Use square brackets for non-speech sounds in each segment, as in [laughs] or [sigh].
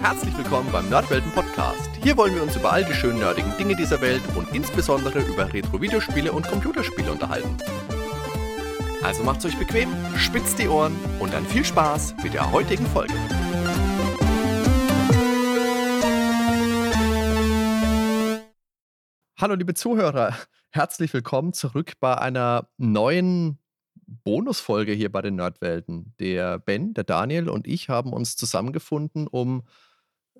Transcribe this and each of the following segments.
Herzlich willkommen beim Nerdwelten Podcast. Hier wollen wir uns über all die schönen nerdigen Dinge dieser Welt und insbesondere über Retro-Videospiele und Computerspiele unterhalten. Also macht's euch bequem, spitzt die Ohren und dann viel Spaß mit der heutigen Folge. Hallo liebe Zuhörer, herzlich willkommen zurück bei einer neuen Bonusfolge hier bei den Nerdwelten. Der Ben, der Daniel und ich haben uns zusammengefunden, um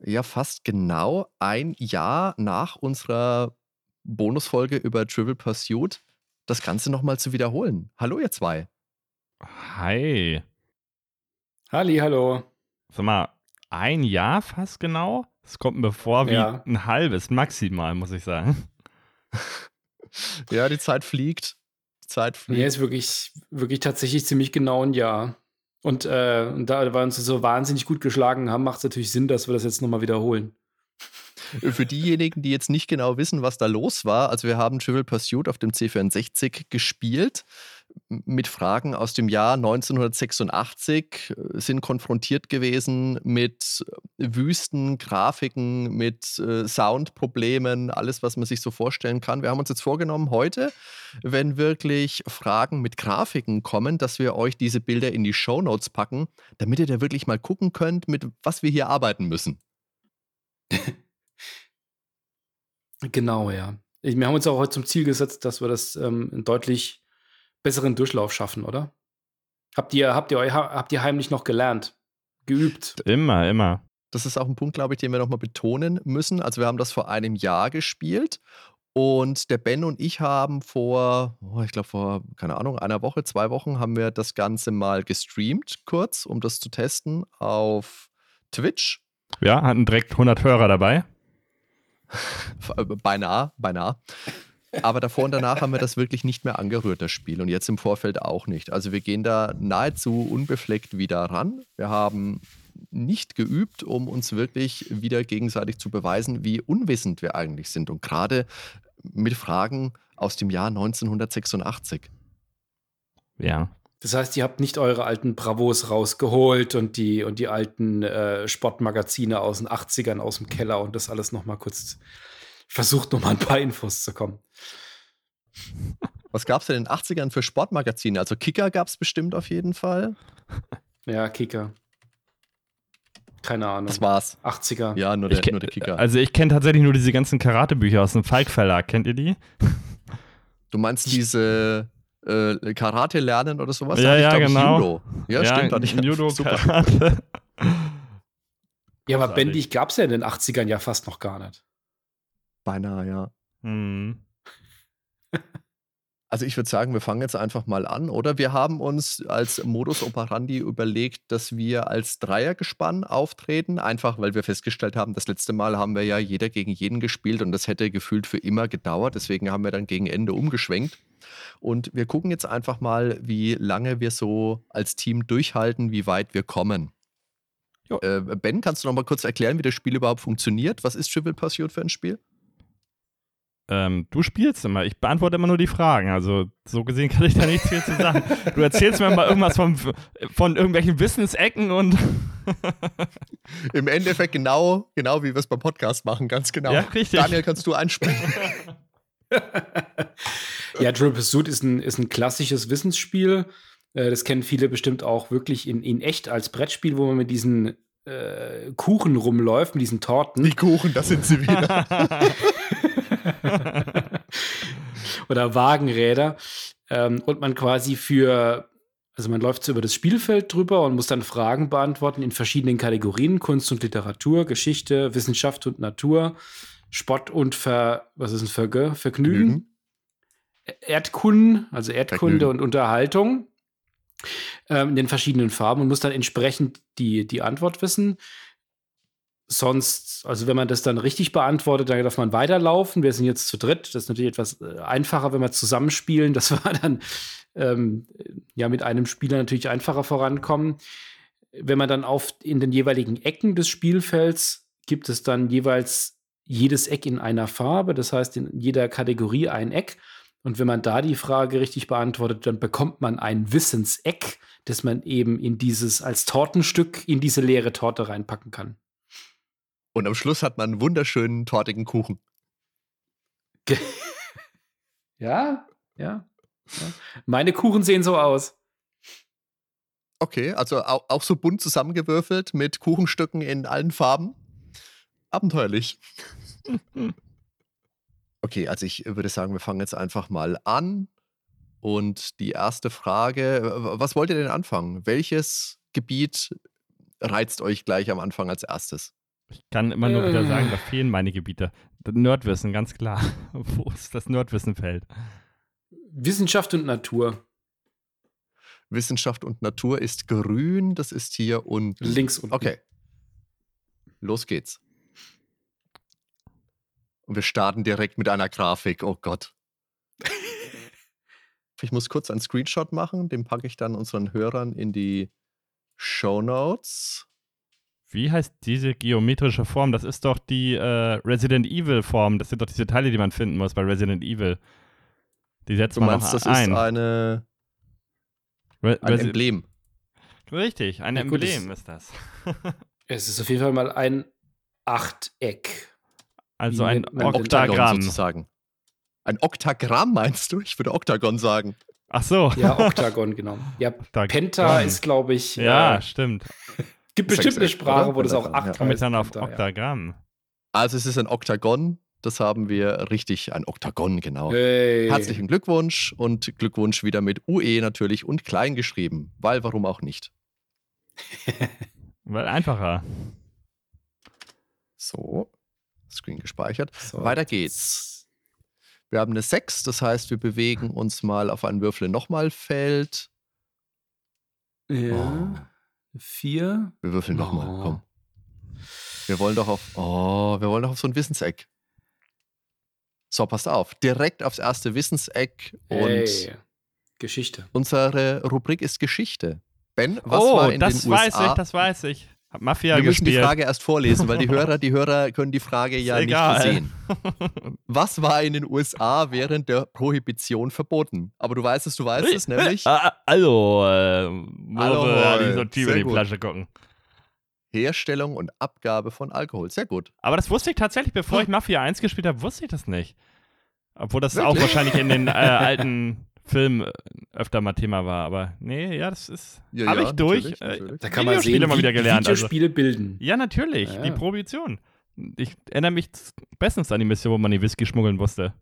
ja fast genau ein Jahr nach unserer Bonusfolge über Trivial Pursuit das Ganze nochmal zu wiederholen. Hallo ihr zwei. Hi. Halli, hallo. Sag mal, ein Jahr fast genau? Es kommt mir vor wie Ja. ein halbes maximal, muss ich sagen. Ja, die Zeit fliegt. Die Zeit Nee, fliegt. ist wirklich, wirklich tatsächlich ziemlich genau ein Jahr. Und, äh, und da wir uns so wahnsinnig gut geschlagen haben, macht es natürlich Sinn, dass wir das jetzt nochmal wiederholen. Für diejenigen, die jetzt nicht genau wissen, was da los war, also wir haben Trivial Pursuit auf dem C64 gespielt m- mit Fragen aus dem Jahr 1986, äh, sind konfrontiert gewesen mit äh, Wüsten, Grafiken, mit äh, Soundproblemen, alles, was man sich so vorstellen kann. Wir haben uns jetzt vorgenommen, heute, wenn wirklich Fragen mit Grafiken kommen, dass wir euch diese Bilder in die Shownotes packen, damit ihr da wirklich mal gucken könnt, mit was wir hier arbeiten müssen. Genau, ja. Ich, wir haben uns auch heute zum Ziel gesetzt, dass wir das ähm, einen deutlich besseren Durchlauf schaffen, oder? Habt ihr, habt ihr, eu- ha- habt ihr heimlich noch gelernt? Geübt? Immer, immer. Das ist auch ein Punkt, glaube ich, den wir nochmal betonen müssen. Also wir haben das vor einem Jahr gespielt und der Ben und ich haben vor, oh, ich glaube vor, keine Ahnung, einer Woche, zwei Wochen haben wir das Ganze mal gestreamt, kurz, um das zu testen, auf Twitch. Ja, hatten direkt 100 Hörer dabei. F- äh, Beinahe, beinahe. Aber davor und danach haben wir das wirklich nicht mehr angerührt, das Spiel. Und jetzt im Vorfeld auch nicht. Also wir gehen da nahezu unbefleckt wieder ran. Wir haben nicht geübt, um uns wirklich wieder gegenseitig zu beweisen, wie unwissend wir eigentlich sind. Und gerade mit Fragen aus dem Jahr 1986. Ja. Das heißt, ihr habt nicht eure alten Bravos rausgeholt und die, und die alten äh, Sportmagazine aus den 80ern aus dem Keller und das alles nochmal kurz versucht, nochmal ein paar Infos zu kommen. Was gab es denn in den 80ern für Sportmagazine? Also Kicker gab es bestimmt auf jeden Fall. Ja, Kicker. Keine Ahnung. Das war's. 80er. Ja, nur Ich der, ke- nur der Kicker. Also ich kenne tatsächlich nur diese ganzen Karatebücher aus dem Falk Verlag. Kennt ihr die? Du meinst diese äh, Karate lernen oder sowas? Ja, Da hatte ich, glaub ja, ich, genau. Judo. Ja, stimmt. hatte ich- Judo Super. [laughs] Karate. Ja, aber Großartig. Bendy, ich gab es ja in den 80ern ja fast noch gar nicht. Beinahe, ja. Hm. Also ich würde sagen, wir fangen jetzt einfach mal an, oder? Wir haben uns als Modus operandi überlegt, dass wir als Dreiergespann auftreten, einfach weil wir festgestellt haben, das letzte Mal haben wir ja jeder gegen jeden gespielt und das hätte gefühlt für immer gedauert. Deswegen haben wir dann gegen Ende umgeschwenkt. Und wir gucken jetzt einfach mal, wie lange wir so als Team durchhalten, wie weit wir kommen. Jo. Äh, ben, kannst du noch mal kurz erklären, wie das Spiel überhaupt funktioniert? Was ist Triple Pursuit für ein Spiel? Ähm, du spielst immer. Ich beantworte immer nur die Fragen. Also so gesehen kann ich da nichts viel zu sagen. Du erzählst mir mal irgendwas von, von irgendwelchen Wissensecken und Im Endeffekt genau, genau wie wir es beim Podcast machen, ganz genau. [laughs] ja, richtig. Daniel, kannst du [laughs] einspringen? Äh, Ja, Triple Pursuit ist ein, ist ein klassisches Wissensspiel. Äh, Das kennen viele bestimmt auch wirklich in, in echt als Brettspiel, wo man mit diesen äh, Kuchen rumläuft, mit diesen Torten. Kuchen, das sind sie [laughs] wieder. [laughs] oder Wagenräder. Ähm, und man quasi für, also man läuft so über das Spielfeld drüber und muss dann Fragen beantworten in verschiedenen Kategorien: Kunst und Literatur, Geschichte, Wissenschaft und Natur, Sport und Ver, was ist ein Verge? Vergnügen, Erdkunden, also Erdkunde Vergnügen. und Unterhaltung ähm, in den verschiedenen Farben und muss dann entsprechend die, die Antwort wissen. Sonst, also wenn man das dann richtig beantwortet, dann darf man weiterlaufen. Wir sind jetzt zu dritt. Das ist natürlich etwas äh, einfacher, wenn wir zusammenspielen, [laughs] dass wir dann ähm, ja mit einem Spieler natürlich einfacher vorankommen. Wenn man dann auf in den jeweiligen Ecken des Spielfelds gibt es dann jeweils jedes Eck in einer Farbe, das heißt in jeder Kategorie ein Eck. Und wenn man da die Frage richtig beantwortet, dann bekommt man ein Wissenseck, das man eben in dieses als Tortenstück in diese leere Torte reinpacken kann. Und am Schluss hat man einen wunderschönen tortigen Kuchen. Ja, ja. ja. Meine Kuchen sehen so aus. Okay, also au- auch so bunt zusammengewürfelt mit Kuchenstücken in allen Farben. [laughs] Abenteuerlich. okay, also ich würde sagen, wir fangen jetzt einfach mal an. Und die erste Frage, w- was wollt ihr denn anfangen? Welches Gebiet reizt euch gleich am Anfang als erstes? Ich kann immer nur wieder Äh. sagen, da fehlen meine Gebiete. Das Nerdwissen, ganz klar. [laughs] Wo ist das Nerdwissen fällt? Wissenschaft und Natur. Wissenschaft und Natur ist grün, das ist hier unten. Links unten. Okay. Los geht's. Und wir starten direkt mit einer Grafik. Oh Gott. ich muss kurz einen Screenshot machen, den packe ich dann unseren Hörern in die Show Notes. Wie heißt diese geometrische Form? Das ist doch die äh, Resident Evil Form. Das sind doch diese Teile, die man finden muss bei Resident Evil. Die setzt Du man meinst, noch das ein. ist eine, Re ein Resi- Emblem. Richtig, ein Ja, gut, Emblem ist das. Es ist auf jeden Fall mal ein Achteck. Also Wie ein nennt man Ein denn- Oktagramm. sozusagen. Ein Oktagramm meinst du? Ich würde Oktagon sagen. Ach so. [laughs] [laughs] Ja, Oktagon, genau. Ja, Oktagramm. Penta ist, glaube ich. Ja, äh, stimmt. gibt bestimmt eine Sechseck, Sprache, oder? wo das auch Pentagon, ja. acht Kommen wir heißt. dann auf Penta, ja. Oktagramm. Also es ist ein Oktagon. Das haben wir richtig, ein Oktagon, genau. Hey. Herzlichen Glückwunsch und Glückwunsch wieder mit UE natürlich und klein geschrieben, weil warum auch nicht. Weil einfacher. So, Screen gespeichert. So. Weiter geht's. Wir haben eine 6, das heißt, wir bewegen uns mal auf einen Würfel nochmal Feld. Ja. Oh. Vier. Wir würfeln nochmal, Oh. komm. Wir wollen doch auf, oh, wir wollen doch auf so ein Wissenseck. So, passt auf. Direkt aufs erste Wissenseck und Hey. Geschichte. unsere Rubrik ist Geschichte. Ben, was oh, war in das den weiß USA? ich, das weiß ich. Hab Mafia wir müssen gespielt. die Frage erst vorlesen, [laughs] weil die Hörer, die Hörer können die Frage ja Ist egal. nicht [laughs] sehen. Was war in den USA während der Prohibition verboten? Aber du weißt es, du weißt es nämlich. Ah, also, äh, Murre, Alkohol. die so tief in Sehr die gut. Flasche gucken. Herstellung und Abgabe von Alkohol. Sehr gut. Aber das wusste ich tatsächlich, bevor ich Mafia 1 gespielt habe, wusste ich das nicht. Obwohl das auch Wirklich? wahrscheinlich in [laughs] den äh, alten Filmen äh, öfter mal Thema war. Aber nee, ja, das ist. Ja, habe ja, ich durch. natürlich, äh, natürlich. Da kann man Videospiele sehen, mal wie wieder die gelernt. Also. Videospiele bilden. Ja, natürlich. Ja. Die Prohibition. Ich erinnere mich bestens an die Mission, wo man die Whisky schmuggeln musste.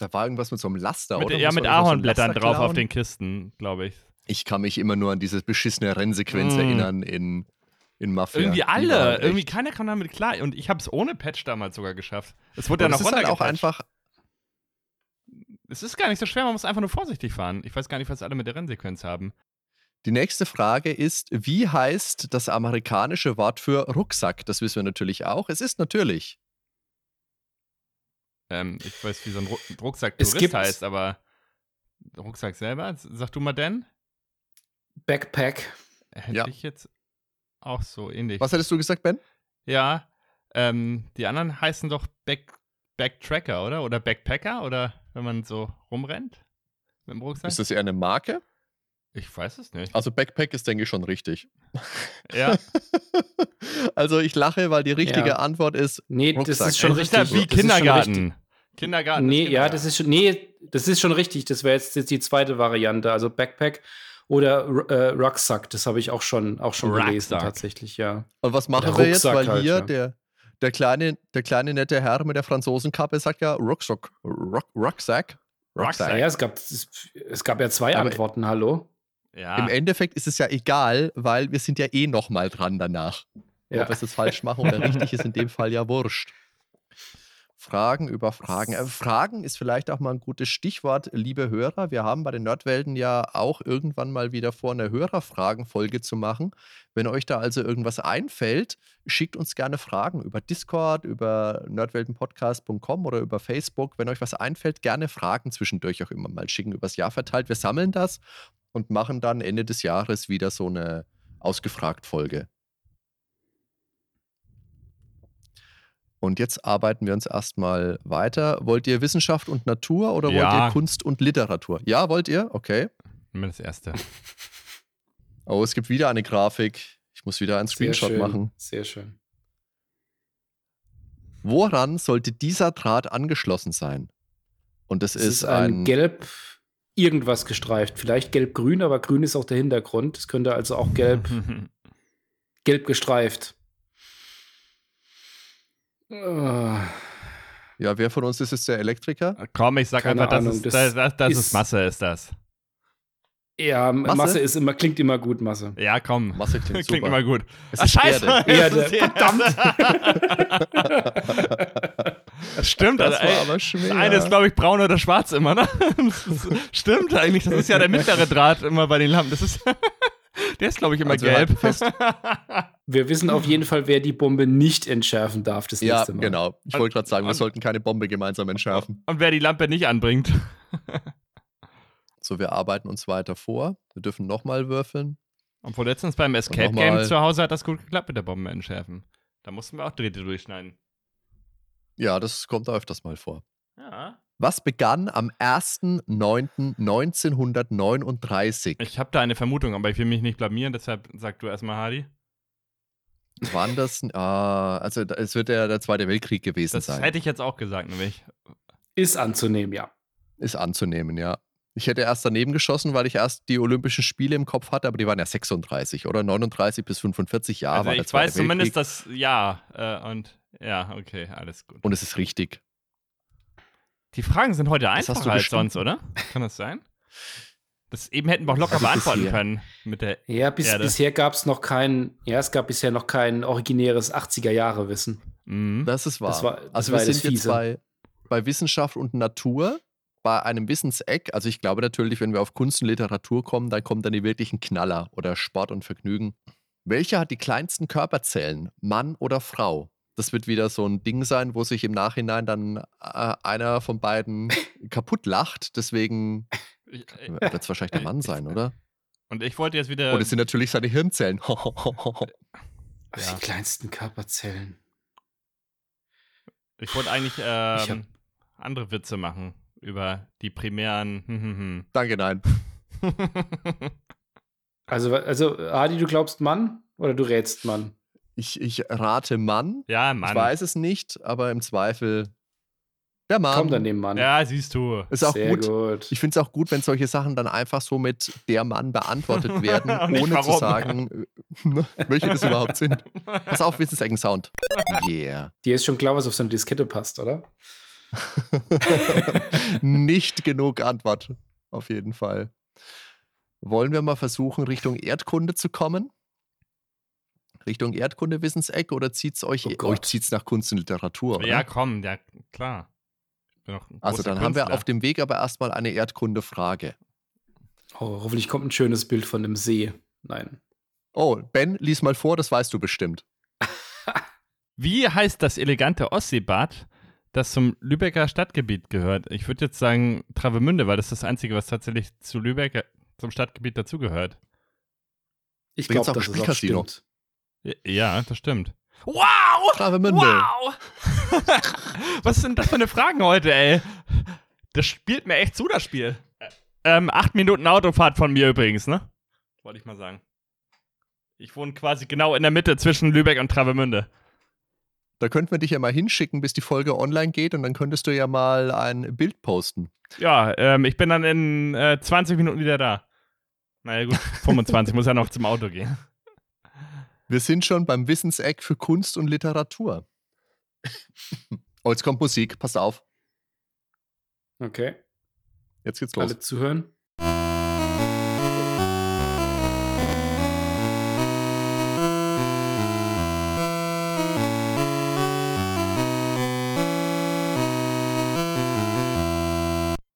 Da war irgendwas mit so einem Laster, Mit, oder? ja, Muss man mit irgendwas so einem Ahornblättern Laster drauf auf klauen? den Kisten, glaube ich. Ich kann mich immer nur an diese beschissene Rennsequenz Mm. erinnern in, in Mafia. Irgendwie Die war alle. halt echt- irgendwie keiner kam damit klar. Und ich habe es ohne Patch damals sogar geschafft. Es wurde Aber ja noch das ist halt auch runtergepatcht. einfach, Es ist gar nicht so schwer, man muss einfach nur vorsichtig fahren. Ich weiß gar nicht, was alle mit der Rennsequenz haben. Die nächste Frage ist, wie heißt das amerikanische Wort für Rucksack? Das wissen wir natürlich auch. Es ist natürlich. Ähm, ich weiß, wie so ein Ru- Rucksack Es Tourist gibt- heißt, aber Rucksack selber, sag du mal denn? Backpack. Hätte Ja. ich jetzt auch so ähnlich. Was hättest du gesagt, Ben? Ja, ähm, die anderen heißen doch Back Backtracker, oder? Oder Backpacker, oder wenn man so rumrennt mit dem Rucksack? Ist das eher eine Marke? Ich weiß es [laughs] nicht. Also Backpack ist, denke ich, schon richtig. [laughs] Ja, also ich lache, weil die richtige Ja. Antwort ist, äh, Nee, Rucksack. das ist schon es ist ja richtig. wie Das ist schon Kindergarten. richtig. Kindergarten. ist Nee, ja, Kindergarten. das ist schon, nee, das ist schon richtig. Das wäre jetzt, jetzt die zweite Variante, also Backpack oder äh, Rucksack. Das habe ich auch schon, auch schon gelesen Rucksack. tatsächlich, ja. und was machen Der wir jetzt? Rucksack Weil halt, hier ja. der, der, kleine, der kleine nette Herr mit der Franzosenkappe sagt ja Rucksack. Ruck, Rucksack. Rucksack. Naja, es gab, es, es gab ja zwei Aber- Antworten, hallo. ja. Im Endeffekt ist es ja egal, weil wir sind ja eh nochmal dran danach. Ja. Ob wir es jetzt falsch machen oder richtig ist in dem Fall ja wurscht. Fragen über Fragen. Äh, Fragen ist vielleicht auch mal ein gutes Stichwort, liebe Hörer. Wir haben bei den Nerdwelten ja auch irgendwann mal wieder vor, eine Hörerfragenfolge zu machen. Wenn euch da also irgendwas einfällt, schickt uns gerne Fragen über Discord, über nerdweltenpodcast.com oder über Facebook. Wenn euch was einfällt, gerne Fragen zwischendurch auch immer mal schicken, übers Jahr verteilt. Wir sammeln das und machen dann Ende des Jahres wieder so eine Ausgefragt-Folge. Und jetzt arbeiten wir uns erstmal weiter. Wollt ihr Wissenschaft und Natur oder wollt Ja. ihr Kunst und Literatur? Ja, wollt ihr? Okay. Nimm mir das erste. Oh, es gibt wieder eine Grafik. Ich muss wieder einen Sehr Screenshot schön, machen. Sehr schön. Woran sollte dieser Draht angeschlossen sein? Und das, Es ist, ein, gelb irgendwas gestreift. Vielleicht gelb-grün, aber grün ist auch der Hintergrund. Es könnte also auch Mhm. gelb, [laughs] gelb gestreift. Äh, Ja, wer von uns ist jetzt der Elektriker? [laughs] Komm, ich sag Keine einfach, Ahnung, das, ist, das, das das, das ist, ist- Masse, ist das. Ja, Masse, Masse ist immer, klingt immer gut, Masse. Ja, komm. Masse klingt, Klingt super. immer gut. Es Ah, ist scheiße. Erde. es ist Erde, die Stimmt, Das also, war ey, aber schwer. das eine ist, glaube ich, braun oder schwarz immer, ne? [laughs] Das ist- Stimmt eigentlich, das ist ja der mittlere Draht immer bei den Lampen. Das ist, [laughs] der ist, glaube ich, immer Also wir halten gelb. fest. Wir wissen auf jeden Fall, wer die Bombe nicht entschärfen darf das Ja, nächste Mal. genau. Ich wollte gerade sagen, wir Und- sollten keine Bombe gemeinsam entschärfen. [laughs] Und wer die Lampe nicht anbringt. So, wir arbeiten uns weiter vor. Wir dürfen nochmal würfeln. Obwohl letztens beim Escape nochmal. Game zu Hause hat das gut geklappt mit der Bombe entschärfen. Da mussten wir auch Drähte durchschneiden. Ja, das kommt öfters mal vor. Ja. Was begann am 1.9.1939? Ich habe da eine Vermutung, aber ich will mich nicht blamieren, deshalb sag du erstmal, Hardy. [laughs] Wann das? Ah, also da- es wird ja der Zweite Weltkrieg gewesen Das sein. hätte ich jetzt auch gesagt, nämlich. Ist anzunehmen, ja. Ist anzunehmen, ja. Ich hätte erst daneben geschossen, weil ich erst die Olympischen Spiele im Kopf hatte, aber die waren ja 36 oder 39 bis 45 Jahre. also war der ich weiß Zweite zumindest Weltkrieg. das Ja äh, und ja, okay, alles gut. Und es ist richtig. Die Fragen sind heute Das hast einfacher du als bestimmt. sonst, oder? Kann das sein? Das eben hätten wir auch locker Also beantworten bisher. können mit der Ja, bis, Erde. bisher gab es noch kein, ja, es gab bisher noch kein originäres 80er-Jahre-Wissen. Mhm. Das ist wahr. Das war- das also war wir das sind jetzt Fiese. bei, bei Wissenschaft und Natur, bei einem Wissenseck. Also ich glaube natürlich, wenn wir auf Kunst und Literatur kommen, dann kommen dann die wirklichen Knaller oder Sport und Vergnügen. Welcher hat die kleinsten Körperzellen, Mann oder Frau? Das wird wieder so ein Ding sein, wo sich im Nachhinein dann äh, einer von [laughs] beiden kaputt lacht. Deswegen Ich- äh, wird es wahrscheinlich der Mann sein, oder? Und ich wollte jetzt wieder. Und es sind natürlich seine Hirnzellen. [laughs] Ach, Ja. Die kleinsten Körperzellen. ich wollte eigentlich ähm, Ich hab- andere Witze machen über die primären. hm, Danke, nein. hm, hm. Also, also, Adi, du glaubst Mann oder du rätst Mann? Ich, ich rate Mann. ja, Mann. Ich weiß es nicht, aber im Zweifel der Mann. Komm dann dem Mann. Ja, siehst du. Ähm, Ist auch Sehr gut. Ich finde es auch gut, wenn solche Sachen dann einfach so mit der Mann [laughs] beantwortet werden, Und nicht ohne zu warum. sagen, äh, [laughs] welche das überhaupt sind. Pass auf, Wissensecken Sound. Yeah. Dir ist schon klar, was auf so eine Diskette passt, oder? Nicht genug Antwort, auf jeden Fall. Wollen wir mal versuchen, Richtung Erdkunde zu kommen? Richtung Erdkunde Wissenseck oder zieht es euch, Oh euch Gott. zieht's nach Kunst und Literatur? Oder? Ja, komm, ja, klar. Ich bin auch ein ne? also großer dann haben wir Künstler. auf dem Weg aber erstmal eine Erdkunde-Frage. Oh, hoffentlich kommt ein schönes Bild von einem See. Nein. Oh, Ben, lies mal vor, das weißt du bestimmt. Wie heißt das elegante Ostseebad, das zum Lübecker Stadtgebiet gehört? Ich würde jetzt sagen Travemünde, weil das ist das Einzige, was tatsächlich zu Lübeck, äh, zum Stadtgebiet dazugehört. Ich Da gibt's glaube, auch das ist auch Spielcasino. stimmt. Ja, Ja, das stimmt. Wow! Travemünde. Wow! [laughs] was sind das für eine Fragen heute, ey? Das spielt mir echt zu, das Spiel. Ä- Ähm, acht Minuten Autofahrt von mir übrigens, ne? Wollte ich mal sagen. Ich wohne quasi genau in der Mitte zwischen Lübeck und Travemünde. Da könnten wir dich ja mal hinschicken, bis die Folge online geht und dann könntest du ja mal ein Bild posten. Ja, ähm, ich bin dann in äh, 20 Minuten wieder da. Naja, [laughs] gut, 25, muss ja noch zum Auto gehen. Wir sind schon beim Wissenseck für Kunst und Literatur. [laughs] Oh, jetzt kommt Musik, passt auf. Okay. Jetzt geht's los. Alle zuhören?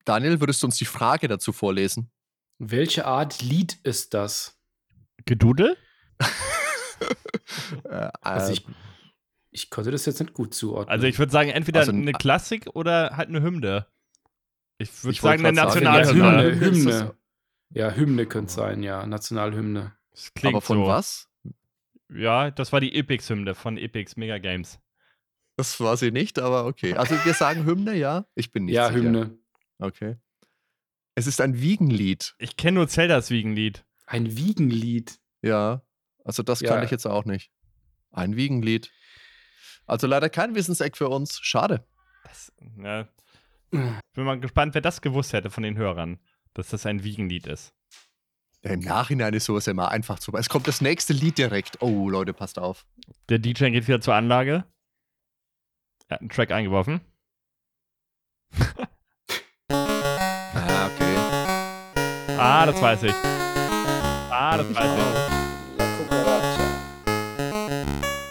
Daniel, würdest du uns die Frage dazu vorlesen? Welche Art Lied ist das? Gedudel? Äh, Also äh, ich, ich konnte das jetzt nicht gut zuordnen. Also ich würde sagen, entweder Also, eine Klassik oder halt eine Hymne. Ich würde Ich wollt sagen, eine grad sagen, genau. ja, Nationalhymne. Nationalhymne. Hymne, Hymne ist Hymne. Ja, Hymne könnte sein, ja, Nationalhymne. Das klingt aber von so. was? Ja, das war die Epics-Hymne von Epics Mega Games. Das war sie nicht, aber okay. Also wir sagen Hymne, ja? Ich bin nicht ja, sicher. Hymne. Okay. Es ist ein Wiegenlied, Ich kenne nur Zeldas Wiegenlied. Ein Wiegenlied. ja. Also das Ja. kann ich jetzt auch nicht. Ein Wiegenlied. Also leider kein Wissenseck für uns. Schade. Das, ne. Ich bin mal gespannt, wer das gewusst hätte von den Hörern, dass das ein Wiegenlied ist. Im Nachhinein ist sowas immer einfach zu. Es kommt das nächste Lied direkt. Oh, Leute, passt auf. Der DJ geht wieder zur Anlage. Er hat einen Track eingeworfen. Ah, okay. Ah, das weiß ich. Ah, das weiß ich.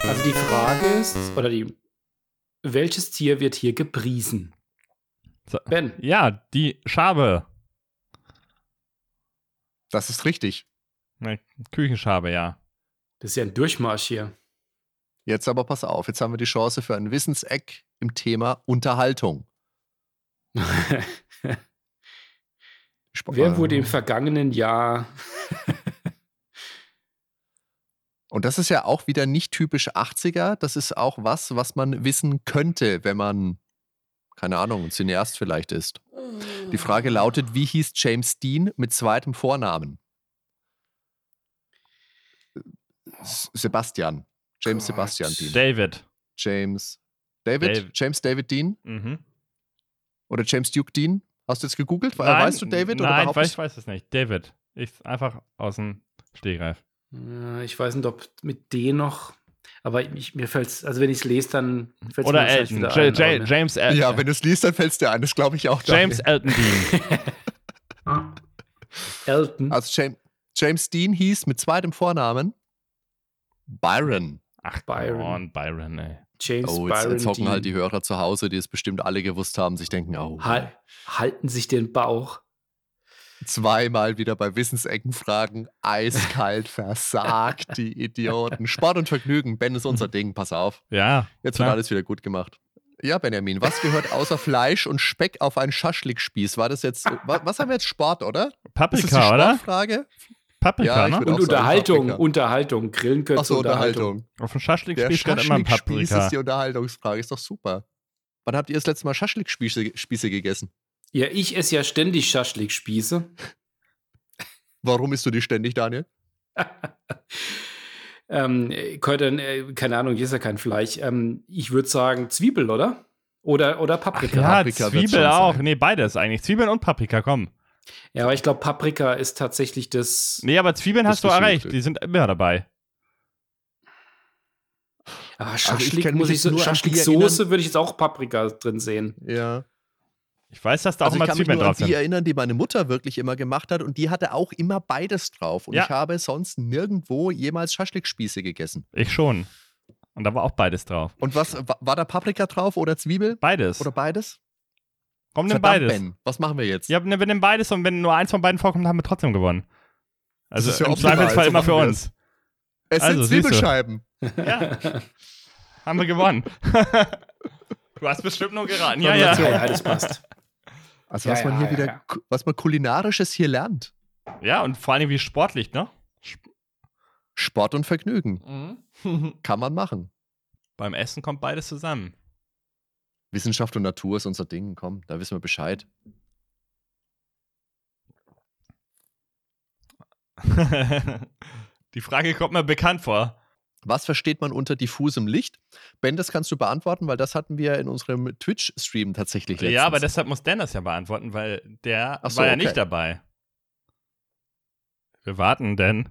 Also die Frage ist, oder die, welches Tier wird hier gepriesen? So. Ben, Ja, die Schabe. Das ist richtig. Küchenschabe, ja. das ist ja ein Durchmarsch hier. Jetzt aber pass auf. Jetzt haben wir die Chance für ein Wissenseck im Thema [laughs] Unterhaltung. Sp- Wer äh, wurde im vergangenen Jahr Und das ist ja auch wieder nicht typisch 80er. Das ist auch was, was man wissen könnte, wenn man, keine Ahnung, ein Cineast vielleicht ist. Die Frage lautet: Wie hieß James Dean mit zweitem Vornamen? S- Sebastian. James Gott. Sebastian Dean. David. James David? Dave- James David Dean? Mhm. Oder James Duke Dean? Hast du jetzt gegoogelt? Weil- Äh, weißt du David? oder Nein, behauptest- ich weiß es nicht. David. Ich einfach aus dem Stehgreif. Äh, Ich weiß nicht, ob mit D noch, aber ich, mir fällt's, also wenn ich es lese, dann fällt Oder Elton. Ja- Ja- James Elton. Ja, wenn du es liest, dann fällt es dir ein. Das glaube ich auch. James Daniel. Elton [laughs] Dean. Elton. Also James, James Dean hieß mit zweitem Vornamen Byron. Ach, Byron. Byron. On, Byron, ey. James Oh, jetzt, Byron jetzt hocken Dean. halt die Hörer zu Hause, die es bestimmt alle gewusst haben, sich denken, oh, Hal halten sich den Bauch. zweimal wieder bei Wissenseckenfragen eiskalt versagt, die Idioten. Sport und Vergnügen, Ben ist [laughs] unser Ding, pass auf. Ja. Jetzt wird Klar. alles wieder gut gemacht. Ja, Benjamin, was gehört außer Fleisch und Speck auf einen Schaschlikspieß? War das jetzt, wa- was haben wir jetzt? Sport, oder? Ist das die Paprika, oder? Sportfrage? Ja, Paprika, ich ne? würd Und auch sagen, Unterhaltung, Paprika. Unterhaltung, Grillen können Achso, zur Unterhaltung. Unterhaltung. Auf dem Der Schaschlik-Spieß gehört immer ein Schaschlikspieß Paprika. ist die Unterhaltungsfrage, ist doch super. Wann habt ihr das letzte Mal Schaschlikspieße Spieße gegessen? Ja, ich esse ja ständig Schaschlikspieße. Warum isst du die ständig, Daniel? Ähm, äh, könnte, äh, keine Ahnung, ich esse ja kein Fleisch. Ähm, ich würde sagen Zwiebel, oder? Oder, oder Paprika. Ja, Paprika wird's schon Zwiebel sein. auch. Nee, beides eigentlich. Zwiebeln und Paprika, komm. Ja, aber ich glaube, Paprika ist tatsächlich das. Nee, aber Zwiebeln Das hast du ist erreicht. richtig. Die sind immer dabei. Also Ah, ich Schaschlik, kenn muss mich jetzt ich so, nur an die Schaschliksoße würde ich jetzt auch Paprika drin sehen. Ja. Ich weiß, dass da also ich auch immer kann mich Zwiebeln nur an drauf die sind. erinnern, die meine Mutter wirklich immer gemacht hat und die hatte auch immer beides drauf. Und Ja. ich habe sonst nirgendwo jemals Schaschlikspieße gegessen. Ich schon. Und da war auch beides drauf. Und was wa- war da Paprika drauf oder Zwiebel Beides. oder beides? komm, nimm Verdammt, Ne, beides. Ben, was machen wir jetzt? Ja, ne, wir nehmen beides und wenn nur eins von beiden vorkommt, haben wir trotzdem gewonnen. Also Das ist ja im optimal, Zweifelsfall so immer für machen wir uns. es also, sind siehst du. Zwiebelscheiben. Ja. Haben wir gewonnen. [laughs] du hast bestimmt nur geraten. [laughs] Ja, Ja, ja. ja, das passt. Also Ja, was man ja, hier ja, wieder, ja. ku- was man kulinarisches hier lernt. Ja, und vor allem wie sportlich, ne? Sport und Vergnügen Mhm. kann man machen. Beim Essen kommt beides zusammen. Wissenschaft und Natur ist unser Ding. Komm, da wissen wir Bescheid. [laughs] Die Frage kommt mir bekannt vor. Was versteht man unter diffusem Licht? Ben, das kannst du beantworten, weil das hatten wir in unserem Twitch-Stream tatsächlich letztens. Ja, aber deshalb muss Dennis ja beantworten, weil der Ach so, war ja okay. nicht dabei. Wir warten, denn.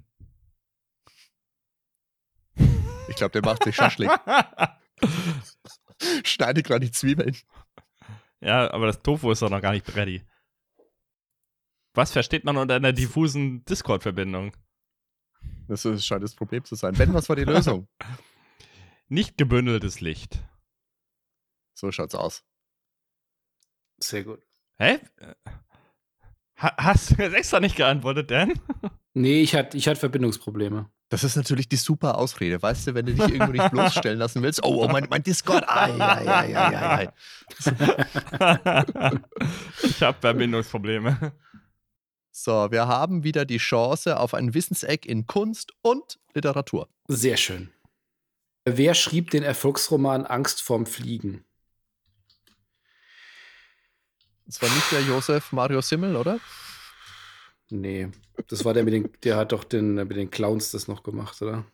[laughs] Ich glaube, der macht sich [laughs] Schaschlik. [laughs] Schneide gerade die Zwiebeln. ja, aber das Tofu ist doch noch gar nicht ready. Was versteht man unter einer diffusen Discord-Verbindung? Das ist, scheint das Problem zu sein. Ben, was war die Lösung? Nicht gebündeltes Licht. So schaut's aus. Sehr gut. Hä? Ha hast du jetzt extra nicht [laughs] geantwortet, denn? Nee, ich hatte ich hatte Verbindungsprobleme. Das ist natürlich die super Ausrede, weißt du, wenn du dich irgendwo nicht bloßstellen lassen willst. Oh, oh mein, mein Discord. Ai, ai, ai, ai, ai, ai. ich habe Verbindungsprobleme. So, wir haben wieder die Chance auf ein Wissenseck in Kunst und Literatur. Sehr schön. Wer schrieb den Erfolgsroman Angst vorm Fliegen? Es war nicht der Josef Mario Simmel, oder? Nee, das war der mit den, der hat doch den, mit den Clowns das noch gemacht, oder?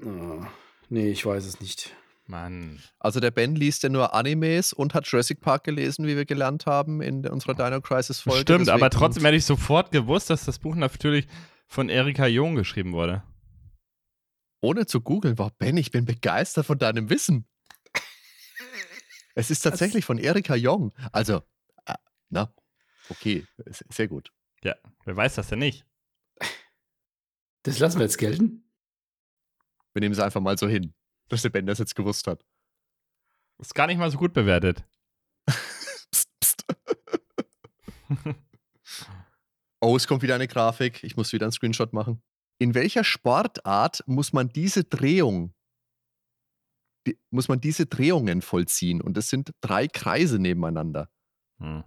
Ah. Nee, ich weiß es nicht. Mann. Also der Ben liest ja nur Animes und hat Jurassic Park gelesen, wie wir gelernt haben in unserer Dino Crisis Folge. Stimmt, aber Deswegen- trotzdem hätte ich sofort gewusst, dass das Buch natürlich von Erika Jung geschrieben wurde. Ohne zu googeln, wow, Ben, ich bin begeistert von deinem Wissen. Es ist tatsächlich von Erika Jong. Also, ah, na, okay, s- sehr gut. Wer weiß das denn nicht? Das lassen wir jetzt gelten. Wir nehmen es einfach mal so hin, dass der Ben das jetzt gewusst hat. Ist gar nicht mal so gut bewertet. Psst, psst. Oh, es kommt wieder eine Grafik. Ich muss wieder einen Screenshot machen. In welcher Sportart muss man diese Drehung, die, muss man diese Drehungen vollziehen? Und es sind drei Kreise nebeneinander. Hm.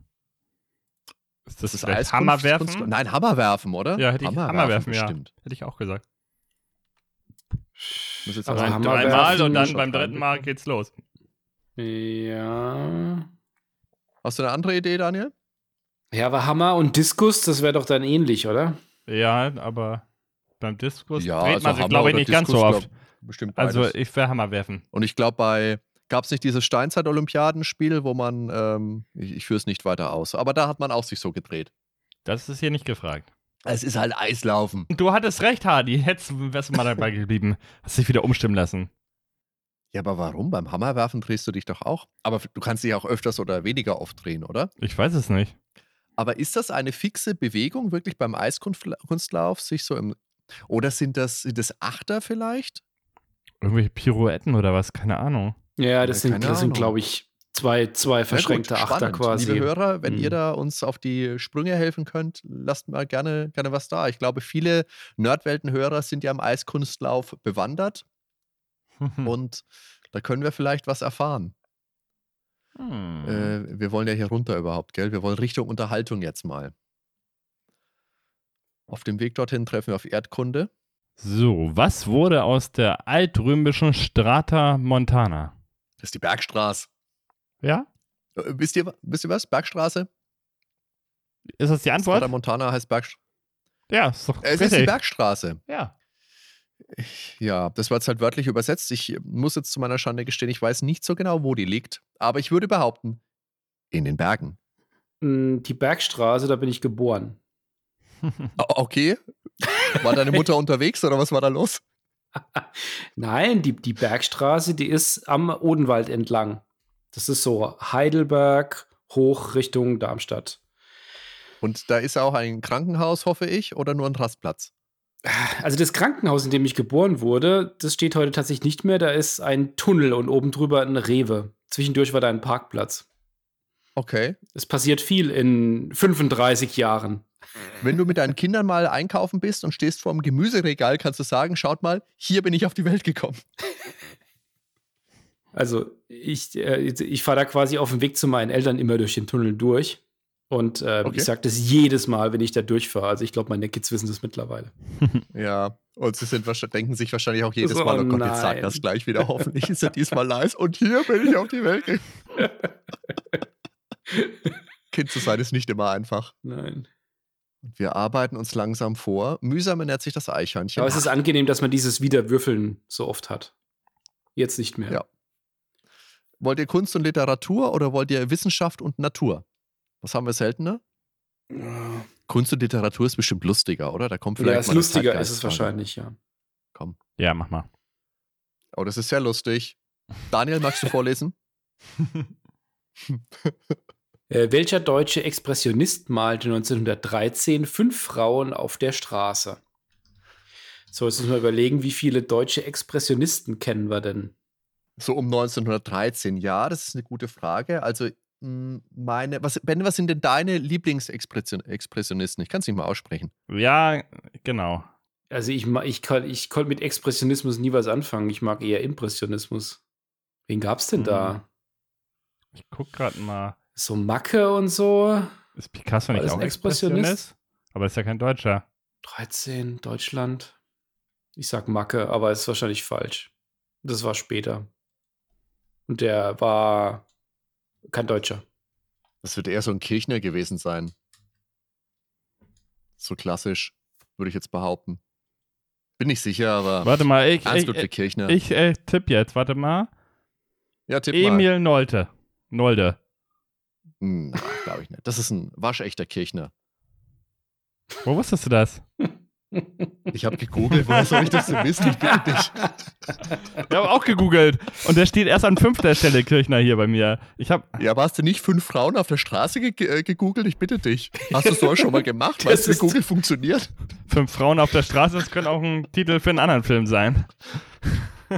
Ist das, Das ist vielleicht Eiskunst, Hammerwerfen? Kunst- Nein, Hammerwerfen, oder? Ja, hätte ich- Hammerwerfen, ja. bestimmt. Hätte ich auch gesagt. Muss jetzt Aber rein- Hammer- Hammerwerfen- Dreimal und dann Shot beim dritten rein. Mal geht's los. Ja. Hast du eine andere Idee, Daniel? Ja, aber Hammer und Diskus, das wäre doch dann ähnlich, oder? Ja, aber beim Diskus Ja, dreht also man sich, Hammer glaube ich, oder nicht ganz so Diskus, oft. glaub- Bestimmt beides. Also ich wäre Hammerwerfen. Und ich glaube, bei gab es nicht dieses Steinzeit-Olympiadenspiel, wo man, ähm, ich, ich führe es nicht weiter aus, aber da hat man auch sich so gedreht. Das ist hier nicht gefragt. Es ist halt Eislaufen. Du hattest recht, Hardy. Hättest du- wärst du mal dabei geblieben. Hast dich wieder umstimmen lassen. Ja, aber warum? Beim Hammerwerfen drehst du dich doch auch. Aber du kannst dich auch öfters oder weniger oft drehen, oder? Ich weiß es nicht. Aber ist das eine fixe Bewegung wirklich beim Eiskunstlauf, sich so im. Oder sind das, sind das Achter vielleicht? Irgendwelche Pirouetten oder was? [laughs] Keine Ahnung. Ja, das Ja, sind, keine das sind Ahnung. glaube ich, zwei, zwei Na gut, verschränkte Achter spannend. quasi. Liebe Hörer, wenn Mhm. ihr da uns auf die Sprünge helfen könnt, lasst mal gerne, gerne was da. Ich glaube, viele Nerdwelten-Hörer sind ja im Eiskunstlauf bewandert Mhm. und da können wir vielleicht was erfahren. Hm. Äh, wir wollen ja hier runter überhaupt, gell? Wir wollen Richtung Unterhaltung jetzt mal. Auf dem Weg dorthin treffen wir auf Erdkunde. So, was wurde aus der altrömischen Strata Montana? Das ist die Bergstraße. Ja? Äh, Wisst ihr, wisst ihr was? Bergstraße? Ist das die Antwort? Oder Montana heißt Bergstraße. Ja, ist doch Es Äh, ist die richtig. Bergstraße. ja. Ja, das war jetzt halt wörtlich übersetzt. Ich äh, muss jetzt zu meiner Schande gestehen, ich weiß nicht so genau, wo die liegt, aber ich würde behaupten, in den Bergen. Mm, Die Bergstraße, da bin ich geboren. O- Okay. War deine Mutter [laughs] unterwegs oder was war da los? Nein, die, die Bergstraße, die ist am Odenwald entlang. Das ist so Heidelberg hoch Richtung Darmstadt. Und da ist ja auch ein Krankenhaus, hoffe ich, oder nur ein Rastplatz. Also das Krankenhaus, in dem ich geboren wurde, das steht heute tatsächlich nicht mehr. Da ist ein Tunnel und oben drüber ein Rewe. Zwischendurch war da ein Parkplatz. Okay. Es passiert viel in 35 Jahren. Wenn du mit deinen Kindern mal einkaufen bist und stehst vor dem Gemüseregal, kannst du sagen, schaut mal, hier bin ich auf die Welt gekommen. Also ich, äh, ich fahre da quasi auf dem Weg zu meinen Eltern immer durch den Tunnel durch. Und äh, Okay. ich sage das jedes Mal, wenn ich da durchfahre. Also ich glaube, meine Kids wissen das mittlerweile. Ja. Und sie sind, wahrscheinlich- denken sich wahrscheinlich auch jedes So, Mal, oh oh Gott, jetzt sagt nein. das gleich wieder. Hoffentlich [laughs] ist er diesmal nice. Und hier bin ich auf die Welt gekommen. kind zu sein ist nicht immer einfach. Nein. Und wir arbeiten uns langsam vor. Mühsam ernährt sich das Eichhörnchen. Aber es ist angenehm, dass man dieses Wiederwürfeln so oft hat. Jetzt nicht mehr. Ja. wollt ihr Kunst und Literatur oder wollt ihr Wissenschaft und Natur? Was haben wir seltener? Ja, Kunst und Literatur ist bestimmt lustiger, oder? Da kommt vielleicht ja ist mal eine lustiger ist es Zeitgeistfrage. wahrscheinlich, ja. Komm. Ja, mach mal. Oh, das ist sehr lustig. Daniel, magst du vorlesen? Äh, welcher deutsche Expressionist malte 1913 fünf Frauen auf der Straße? So, jetzt müssen wir überlegen, wie viele deutsche Expressionisten kennen wir denn? So um 1913, ja, das ist eine gute Frage. Also mh, meine, was, Ben, was sind denn deine Lieblingsexpressionisten? Ich kann es nicht mal aussprechen. Ja, genau. Also ich, ma- ich, kann, ich konnte mit Expressionismus nie was anfangen. Ich mag eher Impressionismus. Wen gab's denn Hm. da? Ich guck gerade mal. So Macke und so. Ist Picasso War nicht das auch ein Expressionist? Expressionist? Aber das ist ja kein Deutscher. 13, Deutschland. Ich sag Macke, aber ist wahrscheinlich falsch. Das war später. Und der war kein Deutscher. Das wird eher so ein Kirchner gewesen sein. So klassisch, würde ich jetzt behaupten. Bin nicht sicher, aber Warte mal, ich, Ernst ich, Ludwig ich, Kirchner. ich eh äh, tipp jetzt, warte mal. ja, tipp mal. Emil Nolte. Nolde. Hm, glaube ich nicht. Das ist ein waschechter Kirchner. Wo wusstest du das? Ich habe gegoogelt, woher soll ich das denn wissen? Ich bin nicht. Wir haben auch gegoogelt. Und der steht erst an fünfter Stelle, Kirchner, hier bei mir. Ich hab. Ja, aber hast du nicht fünf Frauen auf der Straße ge äh, gegoogelt? Ich bitte dich. Hast du sowas schon mal [laughs] gemacht? Das Weißt du, wie ist- Google funktioniert? Fünf Frauen auf der Straße, das könnte auch ein Titel für einen anderen Film sein.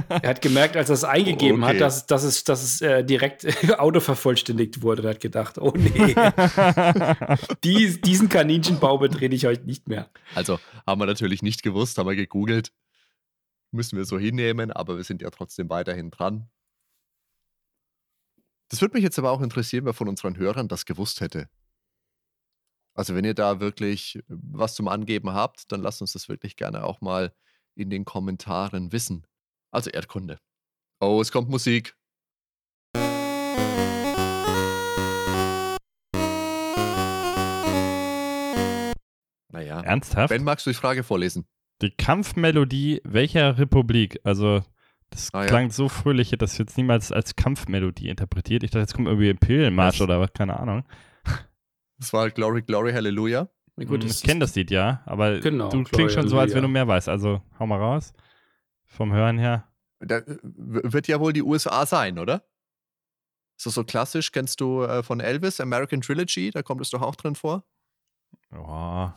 Er hat gemerkt, als er es eingegeben Okay. hat, dass, dass es, dass es äh, direkt [laughs] autovervollständigt wurde. Er hat gedacht, oh nee, dies, diesen Kaninchenbau betrete ich euch nicht mehr. Also, haben wir natürlich nicht gewusst, haben wir gegoogelt. Müssen wir so hinnehmen, aber wir sind ja trotzdem weiterhin dran. Das würde mich jetzt aber auch interessieren, wer von unseren Hörern das gewusst hätte. Also, wenn ihr da wirklich äh, was zum Angeben habt, dann lasst uns das wirklich gerne auch mal in den Kommentaren wissen. Also Erdkunde. Oh, es kommt Musik. Naja. Ernsthaft? Ben, magst du die Frage vorlesen? Die Kampfmelodie welcher Republik? Also, das Ah, ja. klang so fröhlich, ich hätte das jetzt niemals als Kampfmelodie interpretiert. Ich dachte, jetzt kommt irgendwie Imperienmarsch Das- oder was, keine Ahnung. Das war Glory, Glory, Hallelujah. Na Gut, Hm, das ich kenne das Lied ja, aber Genau, du Gloria klingst schon so, als Hallelujah. wenn du mehr weißt. Also, hau mal raus. Vom Hören her. Da äh, w- wird ja wohl die USA sein, oder? So, so klassisch kennst du äh, von Elvis, American Trilogy, da kommt es doch auch drin vor. Oh.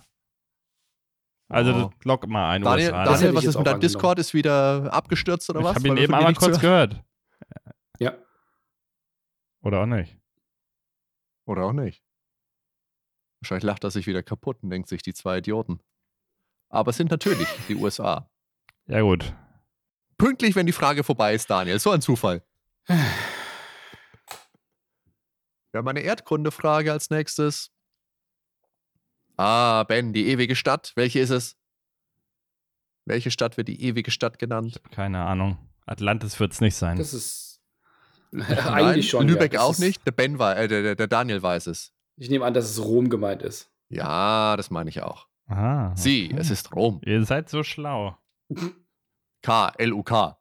Also, Oh. log mal ein. Daniel, USA. Das hätte Daniel ich was jetzt ist mit auch deinem Discord? Ist wieder abgestürzt oder Also, ich was? habe Weil ihn wir eben von dir einmal nichts [laughs] kurz hören? gehört. Ja. Oder auch nicht. Oder auch nicht. Wahrscheinlich lacht er sich wieder kaputt und denkt sich, die zwei Idioten. Aber es sind natürlich die USA. Ja, gut. Pünktlich, wenn die Frage vorbei ist, Daniel. So ein [sighs] Zufall. Wir haben eine Erdkunde-Frage als nächstes. Ah, Ben, die ewige Stadt. Welche ist es? Welche Stadt wird die ewige Stadt Ich genannt? hab keine Ahnung. Atlantis wird es nicht sein. Das ist [laughs] eigentlich schon. ja. Lübeck Das auch ist, nicht. Der Ben war, äh, der, der- der Daniel weiß es. Ich nehme an, dass es Rom gemeint ist. Ja, das meine ich auch. Aha. Sie, okay. es ist Rom. Ihr seid so schlau. K, [laughs] L-U-K.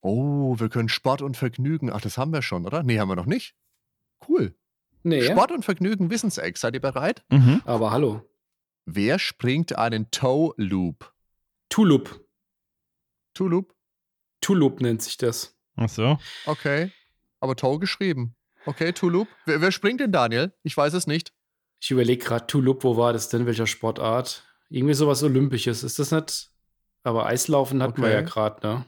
oh, wir können Sport und Vergnügen. Ach, das haben wir schon, oder? Nee, haben wir noch nicht. Cool. Nee, Sport und Vergnügen Wissenseck. Seid ihr bereit? Mhm. aber hallo. Wer springt einen Toe Loop? Tulup. Toe Loop? Tulup nennt sich das. Ach so. Okay. Aber Toe geschrieben. Okay, Toe Loop. Wer, wer springt denn, Daniel? Ich weiß es nicht. Ich überlege gerade, Tulup, wo war das denn? Welcher Sportart? Irgendwie sowas Olympisches. Ist das nicht? Aber Eislaufen hatten wir Okay. ja gerade, ne?